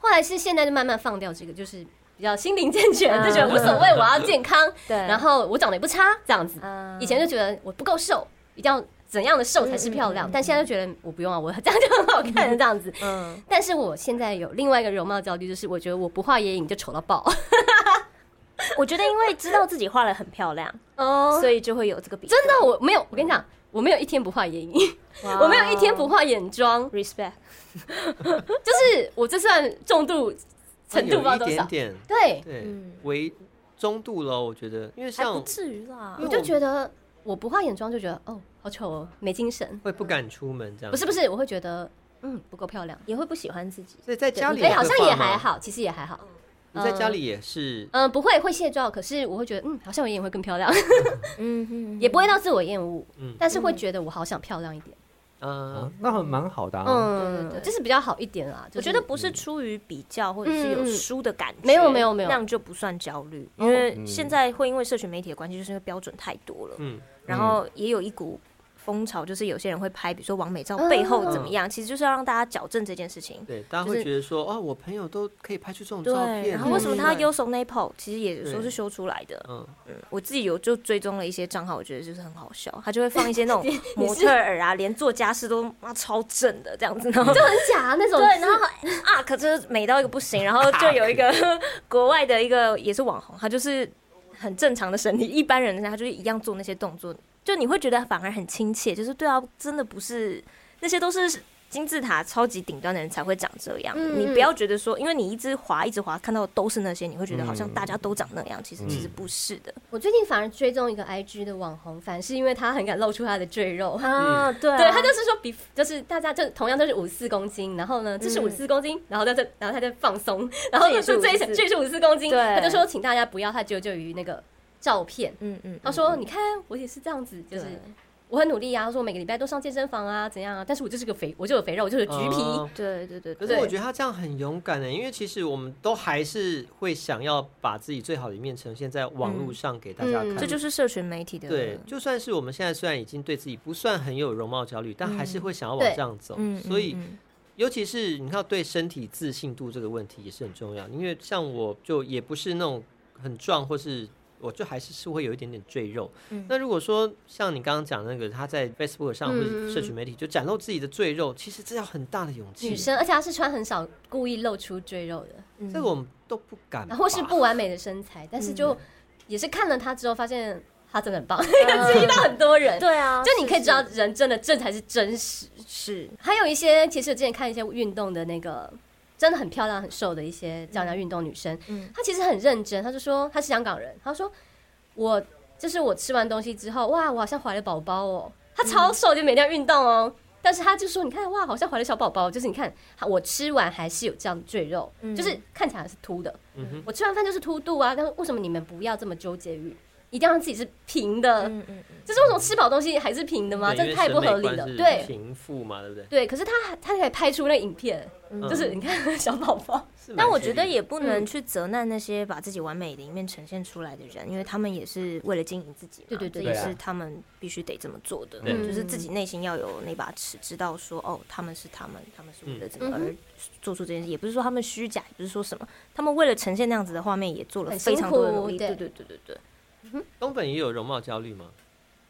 Speaker 3: 后来是现在就慢慢放掉这个，就是比较心灵健全，
Speaker 4: 嗯
Speaker 3: 就觉得无所谓，我要健康，
Speaker 4: 对。
Speaker 3: 然后我长得也不差，这样子。
Speaker 4: 嗯，
Speaker 3: 以前就觉得我不够瘦，一定要怎样的瘦才是漂亮，但现在就觉得我不用啊，我这样就很好看，这样子。
Speaker 4: 嗯，
Speaker 3: 但是我现在有另外一个容貌焦虑，就是我觉得我不画眼影就丑到爆。
Speaker 4: 我觉得因为知道自己画的很漂亮，
Speaker 3: 哦，
Speaker 4: 所以就会有这个比较。
Speaker 3: 真的我没有，我跟你讲，我没有一天不画眼影。
Speaker 4: 哇
Speaker 3: 我没有一天不化眼妆，
Speaker 4: respect。
Speaker 3: 就是我这算重度程度不知
Speaker 1: 有
Speaker 3: 道
Speaker 1: 一
Speaker 3: 多少
Speaker 1: 点。点，
Speaker 3: 对，
Speaker 1: 对
Speaker 4: 嗯，
Speaker 1: 为中度咯，我觉得，因为
Speaker 4: 还
Speaker 1: 像
Speaker 4: 不至于啦
Speaker 1: 因
Speaker 3: 我
Speaker 1: 为。
Speaker 3: 就觉得我不化眼妆就觉得哦，好丑哦，没精神。
Speaker 1: 会不敢出门这样，
Speaker 3: 不是不，是，我会觉得嗯不够漂亮。
Speaker 4: 也会不喜欢自己，
Speaker 1: 所以在家里
Speaker 3: 哎，好
Speaker 1: 会啊
Speaker 3: 像
Speaker 1: 画
Speaker 3: 也
Speaker 1: 吗
Speaker 3: 还，好，其实也还好。
Speaker 1: 你在
Speaker 4: 呃
Speaker 1: 家里也是
Speaker 3: 嗯，不会会卸妆，可是我会觉得嗯，好像我眼影会更漂亮，
Speaker 4: 嗯哼
Speaker 3: 也不会到自我厌恶
Speaker 1: 嗯，
Speaker 3: 但是会觉得我好想漂亮一点。
Speaker 1: 嗯
Speaker 4: 呃
Speaker 2: 啊，那很蛮好的、啊。
Speaker 3: 嗯，
Speaker 4: 对对对
Speaker 3: 就是比较好一点啦。就是
Speaker 4: 我
Speaker 3: 嗯
Speaker 4: 觉得不是出于比较或者是有输的感觉，
Speaker 3: 没有没有没哦有
Speaker 4: 那样就不算焦虑，因为现在会因为社群媒体的关系，就是因为标准太多了，
Speaker 1: 嗯，
Speaker 4: 然后也有一股风潮，就是有些人会拍，比如说王美照
Speaker 3: 嗯
Speaker 4: 背后怎么样，其实就是要让大家矫正这件事情。
Speaker 1: 对，大家
Speaker 4: 就
Speaker 1: 会
Speaker 4: 是
Speaker 1: 觉得说，哦，我朋友都可以拍出这种
Speaker 4: 对
Speaker 1: 照，片，
Speaker 4: 然后为什
Speaker 1: 嗯
Speaker 4: 么他 u s o nipple 其实也有时候
Speaker 1: 对
Speaker 4: 是修出来的？
Speaker 1: 嗯，
Speaker 4: 我自己有就追踪了一些账号，我觉得就是很好笑，他就会放一些那 种
Speaker 3: 你
Speaker 4: 模特儿啊，连做家事都妈超正的这样子，然后
Speaker 3: 就很假那种，
Speaker 4: 对，然后啊，可真是美到一个不行。然
Speaker 3: 啊
Speaker 4: 后就有一个 国外的一个也是网红，他就是很正常的身体，一般人他就是一样做那些动作，就你会觉得反而很亲切，就是对啊，真的不是那些都是金字塔超级顶端的人才会长这样。
Speaker 3: 嗯
Speaker 4: 你
Speaker 3: 嗯
Speaker 4: 不要觉得说，因为你一直滑一直滑，看到的都是那些，你会觉得好像大家都长那
Speaker 3: 嗯
Speaker 4: 样，其实其实不是的
Speaker 3: 我最近反而追踪一个 IG 的网红，反而是因为他很敢露出他的赘肉。
Speaker 4: 啊。对
Speaker 3: 嗯对他就是说比，就是大家就同样都是五四公斤，然后呢，这是
Speaker 4: 嗯
Speaker 3: 五四公斤，然后在这，然后他在放松， 然后
Speaker 4: 这也
Speaker 3: 就是这一
Speaker 4: 54
Speaker 3: 这也是五四公斤，
Speaker 4: 对
Speaker 3: 他就说请大家不要太纠结于那个照片。
Speaker 4: 嗯嗯，
Speaker 3: 他说：“你看，我也是这样子，就是
Speaker 4: 对
Speaker 3: 我很努力啊。他说我每个礼拜都上健身房啊，怎样啊？但是我就是个肥，我就有肥肉，我就是橘皮。
Speaker 1: 哦
Speaker 4: 对对对
Speaker 1: 可
Speaker 4: 对
Speaker 1: 是
Speaker 3: 对
Speaker 1: 我觉得他这样很勇敢欸的，因为其实我们都还是会想要把自己最好的一面呈现在网络上给大家看。
Speaker 3: 嗯
Speaker 4: 这就是嗯社群媒体的
Speaker 1: 对，就算是我们现在虽然已经对自己不算很有容貌焦虑，但还是会想要
Speaker 3: 对
Speaker 1: 往上走。
Speaker 4: 嗯，
Speaker 1: 所以，
Speaker 4: 嗯
Speaker 1: 尤其是你看对身体自信度这个问题也是很重要，因为像我就也不是那种很壮，或是我就还是是会有一点点赘肉。
Speaker 4: 嗯
Speaker 1: 那如果说像你刚刚讲那个，他在 Facebook 上或
Speaker 3: 嗯嗯
Speaker 1: 者
Speaker 3: 嗯
Speaker 1: 社群媒体就展露自己的赘肉，其实这要很大的勇气。
Speaker 3: 女生，而且她是穿很少，故意露出赘肉的，
Speaker 4: 嗯
Speaker 1: 这个我们都不敢吧，
Speaker 3: 然啊后是不完美的身材，但是就也是看了她之后，发现她真的很 棒，
Speaker 4: 嗯
Speaker 3: 遇到很多人。
Speaker 4: 对啊，
Speaker 3: 就你可以知道，人真的这才是真实。
Speaker 4: 是
Speaker 3: 还有一些，其实我之前看一些运动的那个，真的很漂亮、很瘦的一些教人家运动女生，
Speaker 4: 嗯
Speaker 3: 她其实很认真，她就说她是香港人，她说我就是我吃完东西之后，哇，我好像怀了宝宝哦，她
Speaker 4: 嗯
Speaker 3: 超瘦，就每天要运动哦。但是她就说：“你看，哇，好像怀了小宝宝。哦就是你看，我吃完还是有这样的赘肉，
Speaker 4: 嗯
Speaker 3: 就是看起来是凸的。
Speaker 1: 嗯哼
Speaker 3: 我吃完饭就是凸肚啊。但是为什么你们不要这么纠结于，一定要让自己是平的？
Speaker 4: 嗯嗯嗯，
Speaker 3: 就是为什么吃饱东西还是平的吗？
Speaker 1: 对
Speaker 3: 这
Speaker 1: 因为
Speaker 3: 太不
Speaker 1: 审美
Speaker 3: 合理
Speaker 1: 观
Speaker 3: 了。
Speaker 1: 是
Speaker 3: 对，
Speaker 1: 贫富嘛，对不对？
Speaker 3: 对，可是他还他还拍出那影片，
Speaker 1: 嗯
Speaker 3: 就是你看小宝 宝，
Speaker 1: 是蛮
Speaker 4: 但我觉
Speaker 1: 犀利
Speaker 4: 得
Speaker 1: 的
Speaker 4: 也不
Speaker 3: 嗯
Speaker 4: 能去责难那些把自己完美的一面呈现出来的人，因为他们也是为了经营自己嘛，
Speaker 3: 对对对
Speaker 4: 这也
Speaker 2: 对啊
Speaker 4: 是他们必须得这么做的，
Speaker 1: 对
Speaker 4: 就是自己内心要有那把尺，知道说哦，他们是他们，他们是为了怎
Speaker 3: 嗯
Speaker 4: 么
Speaker 3: 嗯哼
Speaker 4: 而做出这件事，也不是说他们虚假，也不是说什么，他们为了呈现那样子的画面，也做了
Speaker 3: 很
Speaker 4: 非常多的
Speaker 3: 辛苦
Speaker 4: 努力，
Speaker 3: 对
Speaker 4: 对对对对对，
Speaker 1: 东本也有容貌焦虑吗？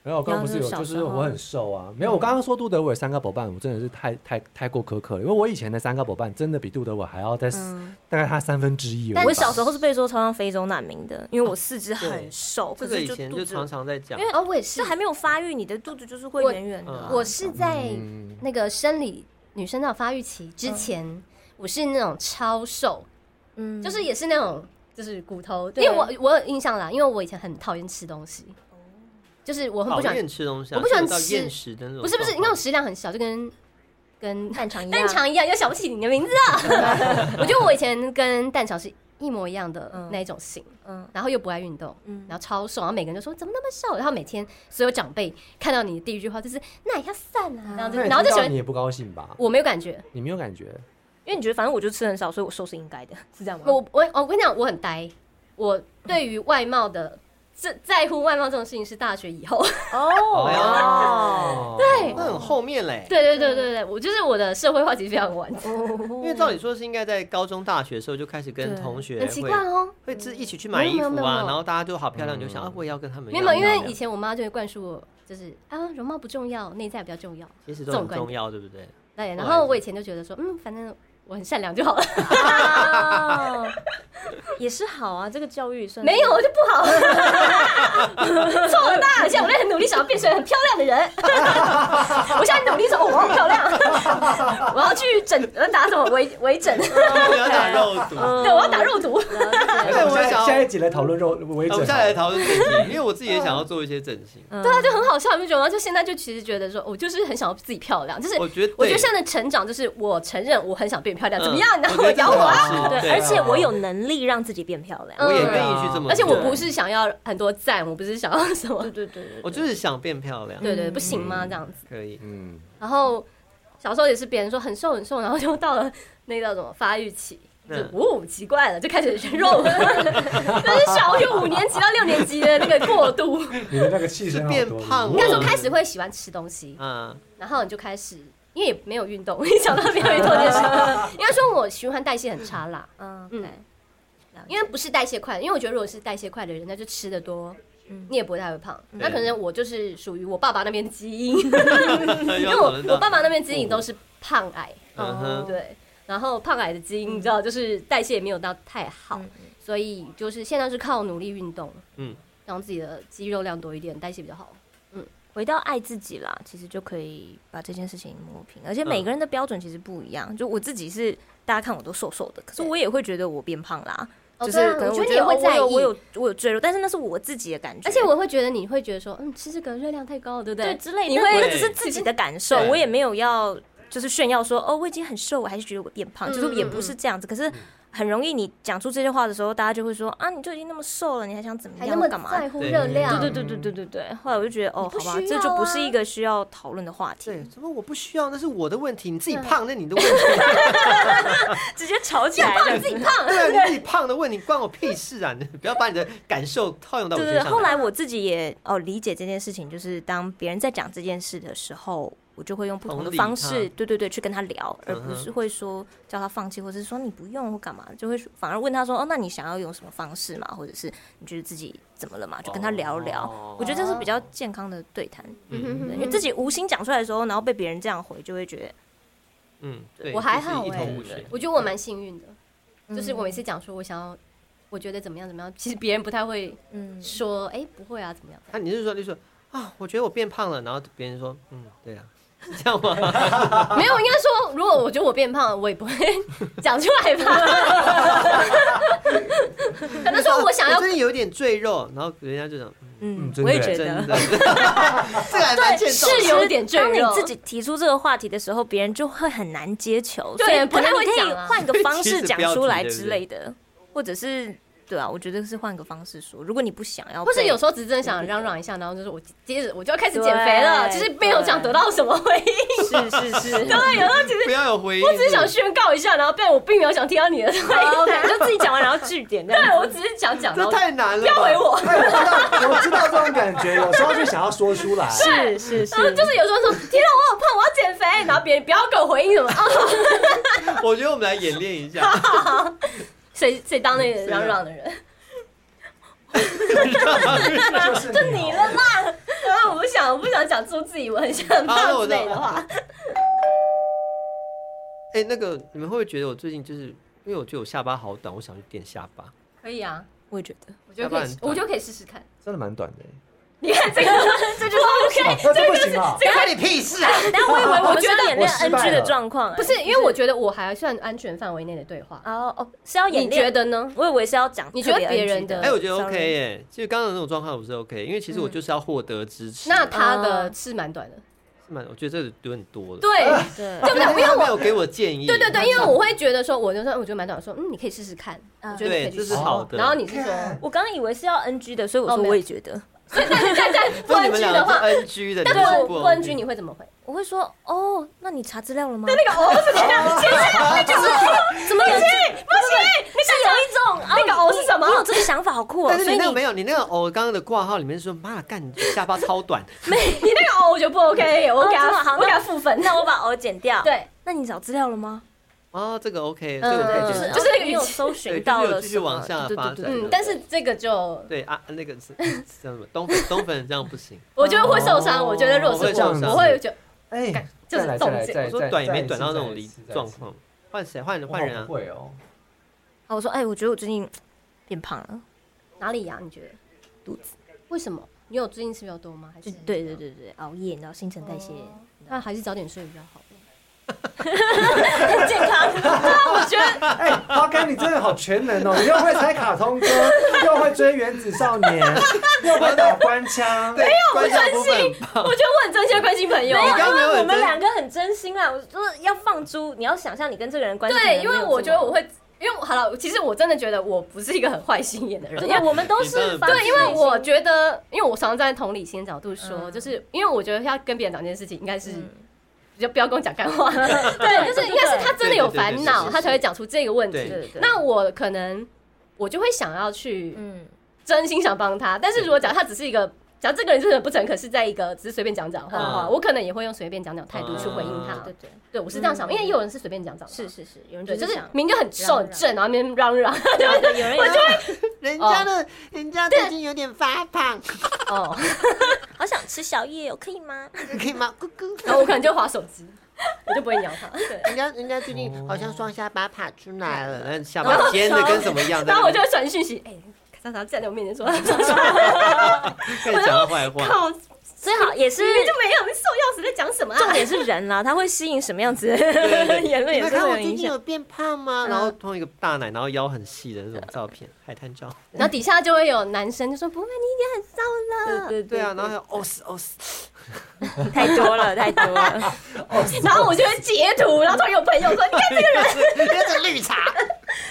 Speaker 2: 没有，我刚刚不是有，
Speaker 4: 然后
Speaker 2: 就
Speaker 4: 就是小
Speaker 2: 是
Speaker 4: 时候
Speaker 2: 我很瘦啊。没有，我刚刚说杜德伟三个伙伴，我真的是太太太过苛刻了，因为我以前的三个伙伴真的比杜德伟还要再、
Speaker 4: 嗯，
Speaker 2: 大概他三分之一而已吧。
Speaker 4: 但我小时候是被说超像非洲难民的，因为我四肢
Speaker 1: 对
Speaker 4: 很瘦，
Speaker 1: 这
Speaker 4: 可
Speaker 1: 个
Speaker 4: 是
Speaker 1: 以
Speaker 4: 就
Speaker 1: 前
Speaker 4: 肚
Speaker 1: 就
Speaker 4: 子
Speaker 1: 常常在讲，
Speaker 3: 哦，我也是
Speaker 4: 就还没有发育，你的肚子就是会
Speaker 3: 我
Speaker 4: 圆圆的啊。
Speaker 1: 嗯
Speaker 3: 我是在
Speaker 2: 嗯
Speaker 3: 那个生理女生到发育期之前，我是那种超瘦，
Speaker 4: 嗯
Speaker 3: 就是也是那种就是骨头，因
Speaker 4: 对
Speaker 3: 为我我有印象啦，因为我以前很讨厌吃东西，就是我很不喜
Speaker 1: 讨
Speaker 3: 欢，
Speaker 1: 厌吃东西啊，
Speaker 3: 我不喜欢
Speaker 1: 就到
Speaker 3: 吃
Speaker 1: 厌食的那种状况。
Speaker 3: 不是不是，你看我食量很小，就跟跟
Speaker 4: 蛋肠一样，
Speaker 3: 蛋肠一样，又想不起你的名字 啊。我觉得我以前跟蛋肠是一模一样的
Speaker 4: 嗯
Speaker 3: 那一种型，
Speaker 4: 嗯
Speaker 3: 然后又不爱运动。
Speaker 4: 嗯，
Speaker 3: 然后超瘦，然后每个人就说怎么那么瘦，然后每天所有长辈看到你的第一句话就是那也要散啊，然后就
Speaker 2: 那你
Speaker 3: 然后就
Speaker 2: 知
Speaker 3: 喜
Speaker 2: 道
Speaker 3: 欢
Speaker 2: 你也不高兴吧？
Speaker 3: 我没有感觉，
Speaker 2: 你没有感觉？
Speaker 4: 因为你觉得反正我就吃很少，所以我瘦是应该的，是这样吗？
Speaker 3: 我我我跟你讲，我很呆，我对于外貌的这在乎外貌这种事情是大学以后，
Speaker 4: 哦，
Speaker 3: 对
Speaker 1: 那很后面嘞。
Speaker 3: 对对对对
Speaker 4: 嗯
Speaker 3: 对，我就是我的社会化其实非常晚，
Speaker 1: 因为照理说是应该在高中、大学的时候就开始跟
Speaker 4: 对
Speaker 1: 同学
Speaker 3: 很奇怪
Speaker 1: 会
Speaker 3: 哦。
Speaker 1: 会自一起去买
Speaker 3: 没有
Speaker 1: 衣
Speaker 3: 没有
Speaker 1: 服
Speaker 3: 没有
Speaker 1: 啊，
Speaker 3: 没有
Speaker 1: 然后大家都好漂亮，
Speaker 2: 嗯
Speaker 1: 你就想啊，我也要跟他们一
Speaker 3: 没
Speaker 1: 样。
Speaker 3: 有，因为
Speaker 1: 漂亮
Speaker 3: 以前我妈就会灌输我，就是啊容貌不重要，内在比较重要。
Speaker 1: 其实都很重要，对不 对？
Speaker 3: 对，然
Speaker 1: 后来
Speaker 3: 后
Speaker 1: 是
Speaker 3: 我以前就觉得说，嗯，反正我很善良就好了，
Speaker 4: 哦也是好啊，这个教育算是
Speaker 3: 没有我就不好， 错了吧？现在我在很努力想要变成很漂亮的人，我现在努力说，哦我好漂亮，我要去整，我要打什么微微整， 对，
Speaker 1: 不要打肉毒。
Speaker 4: 嗯
Speaker 3: 我要打肉毒，
Speaker 2: 哎
Speaker 1: 对
Speaker 2: 我们
Speaker 1: 我想
Speaker 2: 下
Speaker 1: 要
Speaker 2: 下一集来讨论肉微
Speaker 1: 我
Speaker 2: 整
Speaker 1: 们
Speaker 2: 好
Speaker 1: 下
Speaker 2: 了。
Speaker 1: 来讨论整形，因为我自己也想要做一些整形。
Speaker 4: 嗯
Speaker 3: 对啊，就很好笑，你不觉得吗？就现在就其实觉得说，我就是很想要自己漂亮，就是
Speaker 1: 我觉得，
Speaker 3: 我觉得现在的成长就是我承认我很想变漂亮，怎么样？
Speaker 1: 嗯
Speaker 3: 然后 我咬我
Speaker 1: 我觉得
Speaker 3: 啊，
Speaker 1: 这个好事
Speaker 4: 对，
Speaker 1: 对
Speaker 4: 而且我有能力让自己变漂亮，
Speaker 3: 嗯
Speaker 1: 我也愿意去这么做，
Speaker 3: 而且我不是想要很多赞，我不是想要什么嗯
Speaker 4: 对，对对
Speaker 1: 我
Speaker 4: 对，
Speaker 1: 就是想变漂亮，
Speaker 3: 对对，不行吗？这样子。
Speaker 1: 可以。
Speaker 2: 嗯，
Speaker 3: 然后小时候也是别人说很瘦很瘦，然后就到了那叫什么发育期，就
Speaker 1: 嗯
Speaker 3: 哦奇怪了，就 开始肉，那是小学五年级到六年级的那个过渡，应
Speaker 2: 你的那个气
Speaker 1: 是
Speaker 2: 声好
Speaker 1: 变
Speaker 2: 多
Speaker 1: 胖
Speaker 2: 你
Speaker 3: 该
Speaker 1: 了
Speaker 3: 说开始会喜欢吃东西，
Speaker 1: 啊，
Speaker 3: 然后你就开始。因为也没有运动，一想到没有运动这件事，应该说我循环代谢很差啦。
Speaker 4: 嗯
Speaker 3: 嗯
Speaker 4: 对，
Speaker 3: 因为不是代谢快，因为我觉得如果是代谢快的人，那就吃的多，
Speaker 4: 嗯
Speaker 3: 你也不会太会胖。
Speaker 1: 嗯
Speaker 3: 那可能我就是属于我爸爸那边基因，
Speaker 1: 因
Speaker 3: 因为我我爸爸哦那边基因都是胖矮，
Speaker 1: 嗯哼，
Speaker 3: 对，然后胖矮的基因，你知道，就是代谢也没有到太好，
Speaker 4: 嗯
Speaker 3: 所以就是现在是靠努力运动，
Speaker 1: 嗯
Speaker 3: 让自己的肌肉量多一点，代谢比较好。
Speaker 4: 我回到爱自己啦，其实就可以把这件事情磨平。而且每个人的标准其实不一样，就我自己是大家看我都瘦瘦的，可是
Speaker 3: 对
Speaker 4: 我也会觉得我变胖啦，
Speaker 3: 哦
Speaker 4: 就
Speaker 3: 对啊
Speaker 4: 是可能
Speaker 3: 我
Speaker 4: 我
Speaker 3: 觉得你
Speaker 4: 得
Speaker 3: 也会
Speaker 4: 哦
Speaker 3: 在
Speaker 4: 我有
Speaker 3: 意
Speaker 4: 我有我有赘肉，但是那是我自己的感觉，
Speaker 3: 而且我会觉得你会觉得说，嗯，吃这个热量太高了，对不
Speaker 4: 对
Speaker 3: 对？
Speaker 4: 之类的，
Speaker 3: 你
Speaker 4: 你
Speaker 3: 会
Speaker 4: 会只是自己的感受，
Speaker 1: 对
Speaker 4: 我也没有要就是炫耀说哦我已经很瘦，我还是觉得我变
Speaker 3: 嗯
Speaker 4: 胖，就是也不是这样子。可是很容易你讲出这些话的时候，大家就会说啊你就已经那么瘦了，你还想怎么
Speaker 3: 还那
Speaker 4: 样
Speaker 3: 么
Speaker 4: 干嘛？
Speaker 3: 在乎
Speaker 1: 对
Speaker 3: 热量，
Speaker 4: 对对对对对对对。后来我就觉得哦
Speaker 3: 你不
Speaker 4: 好吧，
Speaker 3: 需要
Speaker 4: 这
Speaker 3: 啊
Speaker 4: 就不是一个需要讨论的话
Speaker 1: 对
Speaker 4: 题，，
Speaker 1: 怎么我不需要？那是我的问题，你自己
Speaker 3: 对
Speaker 1: 胖那你的 问题，
Speaker 4: 直接吵起来这样子。
Speaker 1: 对啊，你自己胖的问题关我屁事啊！你不要把你的感受套用到我
Speaker 4: 对
Speaker 1: 身
Speaker 4: 对，
Speaker 1: 上。
Speaker 4: 后来我自己也哦理解这件事情，就是当别人在讲这件事的时候，我就会用不同的
Speaker 1: 同理
Speaker 4: 方
Speaker 1: 他
Speaker 4: 式，对对对，去跟他聊，而
Speaker 1: 嗯哼
Speaker 4: 不是会说叫他放弃，或是说你不用或干嘛，就会反而问他说哦，那你想要用什么方式嘛，或者是你觉得自己怎么了嘛，就跟他聊聊。
Speaker 2: 哦
Speaker 4: 我觉得这是比较健康的对谈，
Speaker 1: 嗯
Speaker 3: 嗯哼
Speaker 4: 对
Speaker 3: 哼
Speaker 4: 因为自己无心讲出来的时候，然后被别人这样回，就会觉得
Speaker 1: 嗯，对，
Speaker 3: 我还好
Speaker 1: 就是一
Speaker 3: 欸
Speaker 1: 头雾水。
Speaker 3: 我觉得我蛮幸运的，就是我每
Speaker 4: 次
Speaker 3: 次讲说我想要，我觉得怎么样怎么样，其实别人不太会
Speaker 4: 嗯
Speaker 3: 说，哎，不会啊，怎么样？
Speaker 1: 那你是说，你说啊，我觉得我变胖了，然后别人说，嗯，对啊，是这 样吗？
Speaker 3: 没有，应该说，如果我觉得我变胖了，我也不会 讲出 来吧。可能说我想要
Speaker 1: 最近有点赘肉，然后人家就讲，嗯
Speaker 4: 嗯
Speaker 2: 嗯，真
Speaker 4: 我也
Speaker 2: 的
Speaker 4: 觉
Speaker 1: 真
Speaker 4: 得
Speaker 1: 的， 这个还蛮欠揍的。
Speaker 3: 是有点赘
Speaker 4: 当你
Speaker 3: 肉
Speaker 4: 自己提出这个话题的时候，别人就会很难接球，
Speaker 3: 对
Speaker 4: 所以
Speaker 3: 不
Speaker 4: 可能
Speaker 3: 太会
Speaker 4: 你可
Speaker 3: 讲
Speaker 4: 以
Speaker 3: 啊
Speaker 4: 换个方式讲出来
Speaker 1: 其实
Speaker 4: 之
Speaker 1: 不要
Speaker 4: 类的，或者是对啊，我觉得是换个方式说。如果你不想要被，
Speaker 3: 或是有时候只是真的想嚷嚷一下，然后就是我接着我就要开始减肥了，其
Speaker 4: 对
Speaker 3: 实没有想得到什么回应，
Speaker 4: 是是是，
Speaker 3: 对，有时候其实
Speaker 1: 不要有回应。
Speaker 3: 我只是想宣告一下，然后但我并没有想听到你的回应，
Speaker 4: OK，就自己讲完然后据点这样
Speaker 3: 对
Speaker 4: 子。
Speaker 3: 我只是讲讲，
Speaker 1: 这
Speaker 3: 然后
Speaker 1: 太难了吧。
Speaker 3: 不要回我，
Speaker 2: 哎，我知道，我知道这种感觉，有时候就想要说出来。
Speaker 4: 是是是
Speaker 3: 然后， 就是有时候说天啊，我好胖，我要减肥，然后别人不要给我回应什么啊，
Speaker 1: 我觉得我们来演练一 下，
Speaker 3: 谁谁当那个嚷嚷 的人
Speaker 2: 就是就你了。
Speaker 3: 啊？我不想，我不想讲出自己我很像 很
Speaker 1: 好那
Speaker 3: 胖
Speaker 1: 我
Speaker 3: 之
Speaker 1: 知道
Speaker 3: 类的话，
Speaker 1: 哎、那个你们会不会觉得我最近就是因为我觉得我下巴好短，我想去垫下巴。
Speaker 3: 可以啊，
Speaker 4: 我也觉得
Speaker 3: 我觉得可
Speaker 1: 要不
Speaker 3: 以
Speaker 1: 然，
Speaker 3: 我觉得可以试试看。
Speaker 2: 真的蛮短的。
Speaker 3: 你看 这个，这就是 OK。
Speaker 2: 哦，这不行啊！
Speaker 1: 这关你屁事 啊！
Speaker 4: 但我以为我
Speaker 3: 我觉
Speaker 4: 觉
Speaker 3: 得
Speaker 4: 得演练
Speaker 2: 我失败
Speaker 4: NG 的
Speaker 2: 了
Speaker 4: 状况，哎
Speaker 3: 不是，因为我觉得我还算安全范围内的对话。
Speaker 4: 哦哦是要演
Speaker 3: 你觉
Speaker 4: 练，
Speaker 3: 得呢？
Speaker 4: 我以为是要讲
Speaker 3: 你觉得
Speaker 4: 特别
Speaker 3: 别人
Speaker 4: NG
Speaker 3: 的
Speaker 1: 哎、我觉得
Speaker 4: sorry
Speaker 1: OK 耶、其实刚刚的那种状况我是 OK，因为其实我就是要获得支持。
Speaker 3: 嗯那他的是蛮短的，
Speaker 1: 是蛮，我觉得这有点多了。
Speaker 3: 对
Speaker 4: 啊对
Speaker 3: 对不对
Speaker 1: 他
Speaker 3: 因为我
Speaker 1: 没有给我建议。
Speaker 3: 对对对，因为我会觉得说，我就说我觉得蛮短的，说嗯，你可以试试看，
Speaker 4: 嗯
Speaker 3: 我觉得你可
Speaker 1: 对，
Speaker 3: 以去
Speaker 1: 这
Speaker 3: 试
Speaker 1: 是。好的。
Speaker 3: 然后你是说，
Speaker 4: 我刚刚以为是要 NG 的，所以我
Speaker 3: 哦
Speaker 4: 说
Speaker 3: 没有
Speaker 4: 我也觉得，
Speaker 3: 但但
Speaker 1: 不是你们
Speaker 3: NG
Speaker 1: 两
Speaker 3: 的
Speaker 1: 个是
Speaker 3: 话，
Speaker 1: NG 的，
Speaker 3: 但
Speaker 1: 你们是
Speaker 3: 不
Speaker 1: 不
Speaker 3: 不 NG 你会怎么回？
Speaker 4: 我会说哦，那你查资料了吗？
Speaker 3: 那个哦是怎 样？先
Speaker 4: 怎么有这
Speaker 3: 不行，你
Speaker 4: 是有一种
Speaker 3: 那个哦是什么
Speaker 4: 你有这个想法好酷哦，
Speaker 1: 但
Speaker 4: 所
Speaker 1: 是
Speaker 4: 以
Speaker 1: 你那个
Speaker 4: 你
Speaker 1: 没有，你那个哦，刚刚的挂号里面说，妈，干，你下巴超短，
Speaker 3: 你 那个哦，我觉得不 OK，我给
Speaker 4: 哦真的
Speaker 3: 他
Speaker 4: 好
Speaker 3: 我给
Speaker 4: 那
Speaker 3: 他负分。
Speaker 4: 那我把 O 剪掉。，
Speaker 3: 对，
Speaker 4: 那你找资料了吗？
Speaker 1: 哦，这个 OK，这个可以接
Speaker 3: 就是
Speaker 1: 受
Speaker 3: 嗯就是那个
Speaker 4: 你
Speaker 3: 语
Speaker 4: 有
Speaker 3: 气
Speaker 4: 搜
Speaker 1: 对呃
Speaker 4: 寻
Speaker 1: 就是
Speaker 4: 到
Speaker 1: 有
Speaker 4: 了
Speaker 1: 继
Speaker 4: 什
Speaker 1: 续
Speaker 4: 么，
Speaker 1: 往下
Speaker 4: 对对
Speaker 1: 发
Speaker 4: 对
Speaker 1: 展
Speaker 4: 对
Speaker 1: 的
Speaker 3: 嗯，但是这个就
Speaker 1: 对啊，那个是是什么东粉东粉这样不行，
Speaker 3: 我觉得会受伤。我觉得如果
Speaker 1: 哦我会
Speaker 3: 是
Speaker 1: 受
Speaker 3: 我，
Speaker 1: 伤
Speaker 3: 我会觉得
Speaker 2: 哎，
Speaker 3: 就是
Speaker 2: 再来
Speaker 3: 冻
Speaker 2: 再来
Speaker 3: 结
Speaker 2: 再
Speaker 1: 我
Speaker 2: 来
Speaker 1: 说
Speaker 2: 再
Speaker 1: 短也
Speaker 2: 再
Speaker 1: 没
Speaker 2: 来
Speaker 1: 短
Speaker 2: 一
Speaker 1: 到
Speaker 2: 次
Speaker 1: 那
Speaker 2: 再
Speaker 1: 种
Speaker 2: 来一
Speaker 1: 离
Speaker 2: 次再来一
Speaker 1: 状
Speaker 2: 次
Speaker 1: 况，换谁换
Speaker 2: 我
Speaker 1: 换人
Speaker 2: 好
Speaker 1: 啊？
Speaker 2: 不会哦，
Speaker 4: 啊我说哎，我觉得我最近变胖了，
Speaker 3: 哪里痒？你觉得
Speaker 4: 肚子？
Speaker 3: 为什么？你有最近吃比较多吗？还
Speaker 4: 就是对对对对，熬夜，然后新陈代谢
Speaker 3: 那还是早点睡比较好。
Speaker 4: 健康。
Speaker 2: 哎，花干，你真的好全能哦！你又会猜卡通歌，又会追原子少年，又会打官腔。对，
Speaker 1: 关键部分，
Speaker 3: 我觉得我很真心的关心朋友啊
Speaker 1: 没有
Speaker 4: 因
Speaker 1: 刚没有
Speaker 4: 啊为我
Speaker 1: 很
Speaker 4: 们
Speaker 1: 真
Speaker 4: 两个很真心啦，我就是要放猪，你要想象你跟这个人关系可能
Speaker 3: 对，
Speaker 4: 没
Speaker 3: 因
Speaker 4: 有这么。
Speaker 3: 为我觉得我会，因为好了，其实我真的觉得我不是一个很坏心眼的人，
Speaker 4: 对，
Speaker 3: 因为
Speaker 4: 我们都
Speaker 1: 你真
Speaker 4: 是
Speaker 1: 的
Speaker 4: 发
Speaker 3: 对，
Speaker 4: 自
Speaker 3: 因为
Speaker 4: 内
Speaker 3: 我
Speaker 4: 心
Speaker 3: 觉得，因为我常常在同理心的角度说，
Speaker 4: 嗯
Speaker 3: 就是因为我觉得要跟别人讲这件事情，应该是
Speaker 4: 嗯
Speaker 3: 比较不要跟我讲干话，对，就是应该是他真的有烦
Speaker 1: 对对对对
Speaker 3: 恼，
Speaker 1: 是
Speaker 3: 他才会讲出这个问
Speaker 1: 对
Speaker 3: 题。
Speaker 4: 对对对
Speaker 3: 那我可能我就会想要去
Speaker 4: 嗯。
Speaker 3: 真心想帮他，但是如果讲他只是一个。假如这个人真的不诚恳，是在一个只是随便讲讲话的话，
Speaker 1: 嗯
Speaker 3: 我可能也会用随便讲讲态度去回应他。
Speaker 1: 嗯
Speaker 4: 对对
Speaker 3: 对，我是这样想，因为也有人是随便讲讲的，
Speaker 4: 是是是，有人
Speaker 3: 对，就是
Speaker 4: 想
Speaker 3: 明明就很瘦
Speaker 4: 嚷
Speaker 3: 很正，然后那边嚷 嚷，
Speaker 4: 对 对，有人就会
Speaker 5: 人家
Speaker 4: 哦
Speaker 5: 的，人家最近有点发 胖，
Speaker 3: 哦，
Speaker 4: 好想吃宵夜哦，可以吗？
Speaker 5: 可以吗？咕咕。
Speaker 3: 然后我可能就划手机， 我就不会鸟他。
Speaker 5: 人家人家最近好像双下巴爬出来
Speaker 4: 哦
Speaker 5: 了。
Speaker 1: 哎那下巴尖的跟什么一样？
Speaker 3: 然后我就会 传讯息，哎、欸，他他站在我面前说，
Speaker 1: 开始讲他坏话，
Speaker 3: 靠，所以好也是
Speaker 4: 明明就
Speaker 3: 没有，你送钥匙在讲什么啊
Speaker 4: 重点是人啦，他会吸引什么样子的 言论
Speaker 5: 你
Speaker 4: 也
Speaker 5: 们
Speaker 4: 是
Speaker 5: 看
Speaker 4: 会
Speaker 5: 我
Speaker 4: 哎有
Speaker 5: 最
Speaker 4: 影
Speaker 5: 近有
Speaker 4: 响。嗯
Speaker 5: 变胖吗？
Speaker 1: 然
Speaker 5: 然
Speaker 1: 后
Speaker 5: 后
Speaker 1: 通一个大奶，然后腰很细的那种照片，海滩照。
Speaker 3: 然后底下就会有男生就说：“不会，你已经很糟了。”对
Speaker 1: 对啊，然后还有哦死哦死，
Speaker 4: 太 多了，太多了。
Speaker 3: 然后我就会截图，然后突然有朋友说：“你看这个人，
Speaker 5: 喝着绿茶，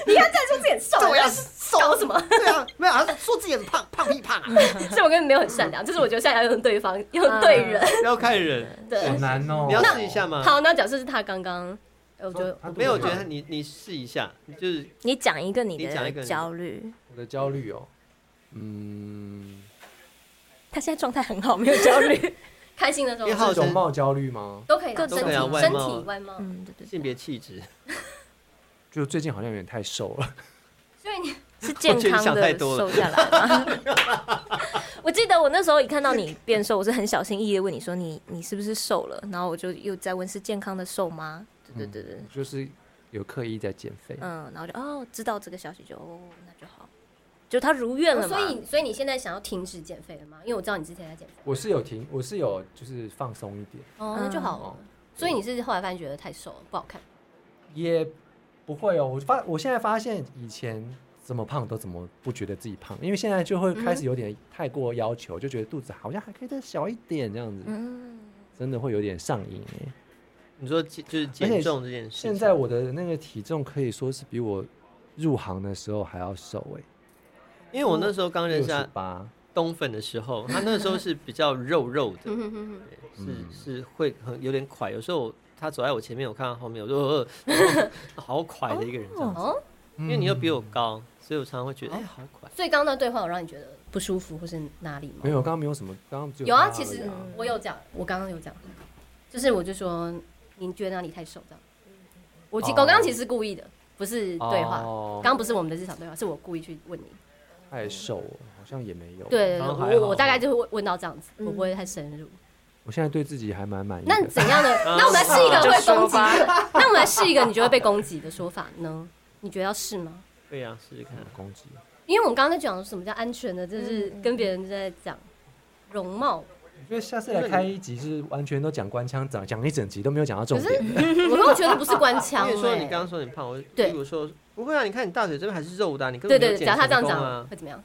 Speaker 3: 你看这说自己很瘦，
Speaker 5: 这我要
Speaker 3: 搞
Speaker 5: 瘦
Speaker 3: 什么
Speaker 5: 对啊，没有，他 说自己很胖，胖屁 胖啊。？”
Speaker 3: 所以我根本没有很善良，就是我觉得善良要用对方，用对人。
Speaker 1: 要看人，
Speaker 3: 对
Speaker 2: 好，难哦。
Speaker 1: 你要试一下吗？
Speaker 3: 好，那假设是他刚刚，呃我觉得
Speaker 2: 他
Speaker 1: 没有，我觉得你你试一下，就是
Speaker 4: 你讲一个你
Speaker 1: 你讲一个
Speaker 4: 的焦虑，
Speaker 2: 我的焦虑哦，嗯，
Speaker 4: 他现在状态很好，没有焦 虑。
Speaker 3: 开心的时
Speaker 1: 你
Speaker 3: 候
Speaker 1: 好
Speaker 2: 是容貌焦虑吗？
Speaker 3: 都可以啦，
Speaker 4: 各种
Speaker 3: 身体
Speaker 4: 都可以啊
Speaker 1: 外
Speaker 3: 身
Speaker 1: 貌
Speaker 3: 体外貌。
Speaker 4: 嗯，对对
Speaker 1: 性别气质，
Speaker 2: 就最近好像有点太瘦了，
Speaker 3: 所以你，
Speaker 4: 是健康
Speaker 1: 我觉得你想太
Speaker 4: 的
Speaker 1: 多了
Speaker 4: 瘦下来吗？ 我记得我那时候一看到你变瘦，我是很小心翼翼的问你说你你是不是瘦了？然后我就又在问是健康的瘦吗？对对对对，
Speaker 2: 就是有刻意在减肥。
Speaker 4: 嗯，然后就哦知道这个消息就哦那就好，就他如愿
Speaker 1: 哦
Speaker 4: 了嘛。
Speaker 3: 所以所以你现在想要停止减肥了吗？因为我知道你之前在减肥，
Speaker 2: 我是有停，我是有就是放松一点，
Speaker 3: 哦，那就好了
Speaker 2: 哦。
Speaker 3: 所以你是后来发现觉得太瘦了，不好看。
Speaker 2: 也不会哦。我发我现在发现以前怎么胖都怎么不觉得自己胖，因为现在就会
Speaker 3: 嗯
Speaker 2: 开始有点太过要求，就觉得肚子好像还可以再小一点这样子，
Speaker 4: 嗯，
Speaker 2: 真的会有点上瘾耶。
Speaker 1: 你说减就是减重这件事情。
Speaker 2: 现在我的那个体重可以说是比我入行的时候还要瘦哎，
Speaker 1: 因为我那时候刚认
Speaker 2: 六
Speaker 1: 识
Speaker 2: 十
Speaker 1: 他
Speaker 2: 八，
Speaker 1: 东粉的时候，他那时候是比较肉肉的，
Speaker 3: 嗯哼哼哼，
Speaker 1: 是
Speaker 2: 嗯
Speaker 1: 是会很有点快，有时候他走在我前面，我看到后面，我就、 呃、好快的一个人这样子，
Speaker 3: 哦，
Speaker 1: 因为你又比
Speaker 2: 嗯
Speaker 1: 我高，所以我常常会觉得
Speaker 2: 哦
Speaker 1: 哎、好快。
Speaker 3: 所以刚刚那对话有让你觉得不舒服或是哪里
Speaker 2: 嗯没
Speaker 3: 吗？
Speaker 2: 有，刚刚没有什么，刚刚只
Speaker 3: 有啊，
Speaker 2: 他
Speaker 3: 其
Speaker 2: 而已
Speaker 3: 实
Speaker 2: 啊
Speaker 3: 我有讲，我刚刚有讲，就是我就说你觉得哪里太瘦这样。我其
Speaker 2: 哦
Speaker 3: 我刚刚其实是故意的，不是对话，
Speaker 2: 哦
Speaker 3: 刚刚不是我们的日常对话，是我故意去问你。
Speaker 2: 太瘦了，好像也没有。
Speaker 3: 对对
Speaker 1: 刚
Speaker 3: 对，
Speaker 1: 刚还好
Speaker 3: 我我大概就会问问到这样子，
Speaker 1: 嗯
Speaker 3: 我不会太深入。
Speaker 2: 我现在对自己还蛮满意的。
Speaker 3: 那 怎样的？那我们来试一个会攻击
Speaker 1: 嗯
Speaker 3: 的， 那我们来试一个你觉得被攻击的说法呢？你觉得要试吗？
Speaker 1: 对呀、试试看。
Speaker 2: 攻击？
Speaker 3: 因为我们刚刚在讲什么叫安全的，
Speaker 1: 嗯
Speaker 3: 就是跟别人在讲容貌。
Speaker 2: 我觉得下次来开一集是完全都讲官腔，讲讲一整集都没有讲到重点的。
Speaker 3: 我都觉得不是 官腔、
Speaker 1: 因为说
Speaker 3: 欸
Speaker 1: 你刚刚说你胖，我
Speaker 3: 对
Speaker 1: 比如说不会啊，你看你大腿这边还是肉的、啊，你根
Speaker 3: 对
Speaker 1: 本没有
Speaker 3: 对对，只
Speaker 1: 减
Speaker 3: 要他这样
Speaker 1: 成功
Speaker 3: 讲
Speaker 1: 啊
Speaker 3: 会。怎么样？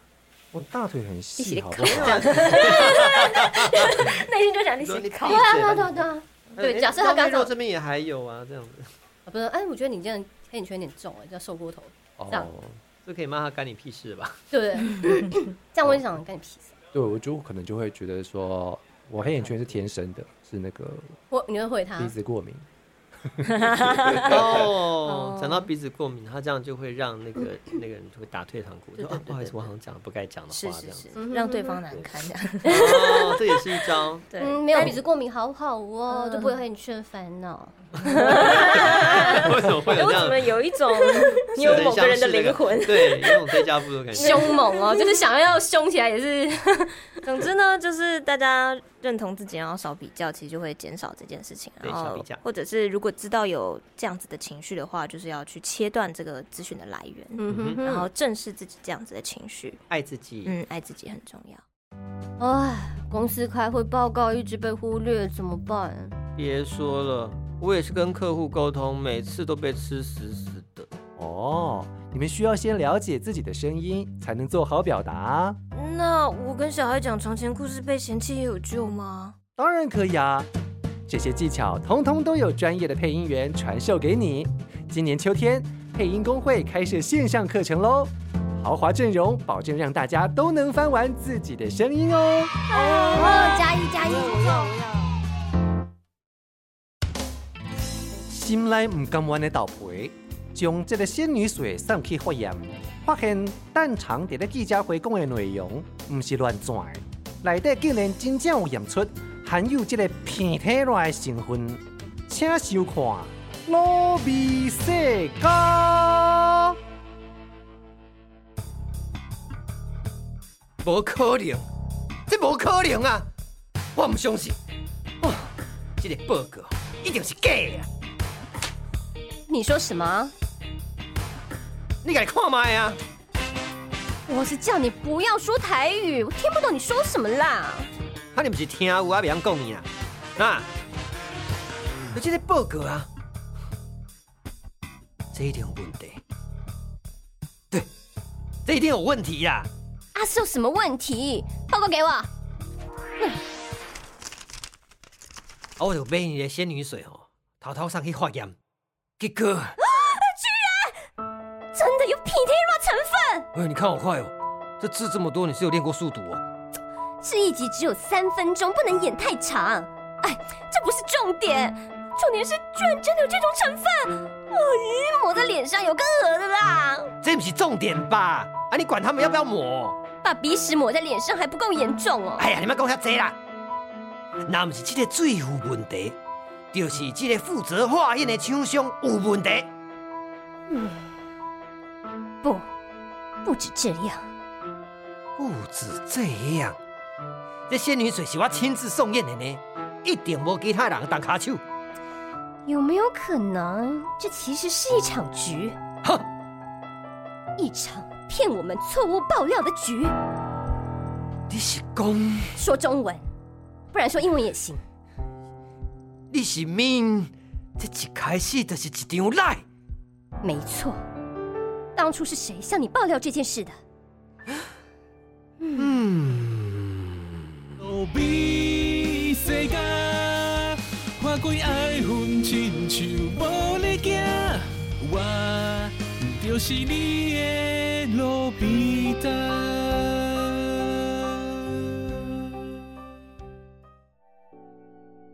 Speaker 2: 我大腿很
Speaker 4: 一起
Speaker 2: 细，好不好？
Speaker 4: 考 内心就想你
Speaker 1: 你说
Speaker 4: 写
Speaker 1: 你
Speaker 4: 考
Speaker 1: 看，
Speaker 3: 对啊对啊对啊对啊！对假设他刚刚
Speaker 1: 哎肉这边也还有啊，这样子
Speaker 3: 啊不是，哎，我觉得你这样黑眼圈有点重、哎，叫瘦过头，这样
Speaker 2: 哦，
Speaker 1: 这可以骂他干你屁事 吧？
Speaker 3: 对不对？ 这样我就想干你屁事。
Speaker 2: 对，我就可能就会觉得说，我黑眼圈是天生的，是那个
Speaker 3: 我你会回他
Speaker 4: 啊
Speaker 2: 鼻，子过敏。
Speaker 1: 哦，讲到鼻子过敏，他这样就会让那个那个人就会打退堂鼓，说
Speaker 4: 对
Speaker 1: 啊不好意思，我好像讲了不该讲的
Speaker 4: 是
Speaker 1: 话这
Speaker 4: 是
Speaker 1: 样子。
Speaker 3: 嗯
Speaker 4: 是，让对方难堪这样。
Speaker 1: 哦，这也是一招。
Speaker 4: 对，
Speaker 3: 嗯，没有鼻子过敏好好哦，就不会有黑眼圈烦 恼。
Speaker 1: 为什么会
Speaker 4: 哎
Speaker 1: 有这
Speaker 4: 我怎
Speaker 1: 样
Speaker 4: 么？有一 种你有某个人的灵魂？
Speaker 1: 对，有种对家部的感觉。
Speaker 3: 凶猛哦，就是想要凶起来也是。
Speaker 4: 总之呢，就是大家认同自己，然后少比较，其实就会减少这件事情。
Speaker 1: 对
Speaker 4: 然
Speaker 1: 少比
Speaker 4: 后
Speaker 1: 较，
Speaker 4: 或者是如果知道有这样子的情绪的话，就是要去切断这个资讯的来源，
Speaker 3: 嗯哼哼，
Speaker 4: 然后正视自己这样子的情绪。
Speaker 1: 爱自己，
Speaker 4: 嗯，爱自己很重要。
Speaker 3: 唉，公司开会报告一直被忽略，怎么办？
Speaker 1: 别说了，我也是跟客户沟通，每次都被吃死死的。
Speaker 2: 哦，你们需要先了解自己的声音，才能做好表达。
Speaker 4: 那我跟小孩讲床前故事被嫌弃也有救吗？
Speaker 2: 当然可以啊，这些技巧通通都有专业的配音员传授给你。今年秋天，配音工会开设线上课程喽，豪华阵容保证让大家都能翻完自己的声音哦。
Speaker 3: 哦，加一加一，
Speaker 2: 心内唔甘愿的倒陪，将这个仙女水送去化验，发现蛋肠伫咧记者会讲的内容，唔是乱转的，内底竟然真正有验出含有这个鼻涕loại的成分，请收看《卤味世家》。
Speaker 6: 无可能，这无可能啊！我唔相信，
Speaker 1: 哦
Speaker 6: 哇，这个报告一定是假的啊！
Speaker 3: 你说什么？
Speaker 6: 你家看卖啊！
Speaker 3: 我是叫你不要说台语，我听不懂你说什么啦。
Speaker 1: 啊，你毋是听有啊，袂晓讲伊啊，啊，你即个报告啊，这一定有问题，对，这一定有问题呀、
Speaker 3: 啊，是有什么问题？报告给我。
Speaker 1: 啊！我就买你的仙女水吼，偷偷送去化验，结果，
Speaker 3: 真的有 Pitera 成分，
Speaker 1: 哎呦，你看好快哦，这字这么多，你是有练过速读哦。
Speaker 3: 这一集只有三分钟，不能演太长。哎，这不是重点，重点是居然真的有这种成分，呃，抹在脸上有更恶的啦，
Speaker 1: 这不是重点吧？啊，你管他们要不要抹？
Speaker 3: 把鼻屎抹在脸上还不够严重哦。
Speaker 1: 哎呀，你们讲遐济啦！那不是这个水有问题，就是这个负责化验的厂商有问题。
Speaker 3: 不，不止这样，
Speaker 1: 不止哦这样，这仙女水是我亲自送验的呢，一定无其他人动卡手。
Speaker 3: 有没有可能这其实是一场局？
Speaker 1: 哼，
Speaker 3: 一场骗我们错误爆料的局。
Speaker 1: 你是讲
Speaker 3: 说中文，不然说英文也行。
Speaker 1: 你是命？这一开始就是一场赖。
Speaker 3: 没错，当初是谁向你爆料这件事的？
Speaker 1: 嗯
Speaker 7: 路比世界，看开爱恨，亲像无咧行，我就是你的路比达。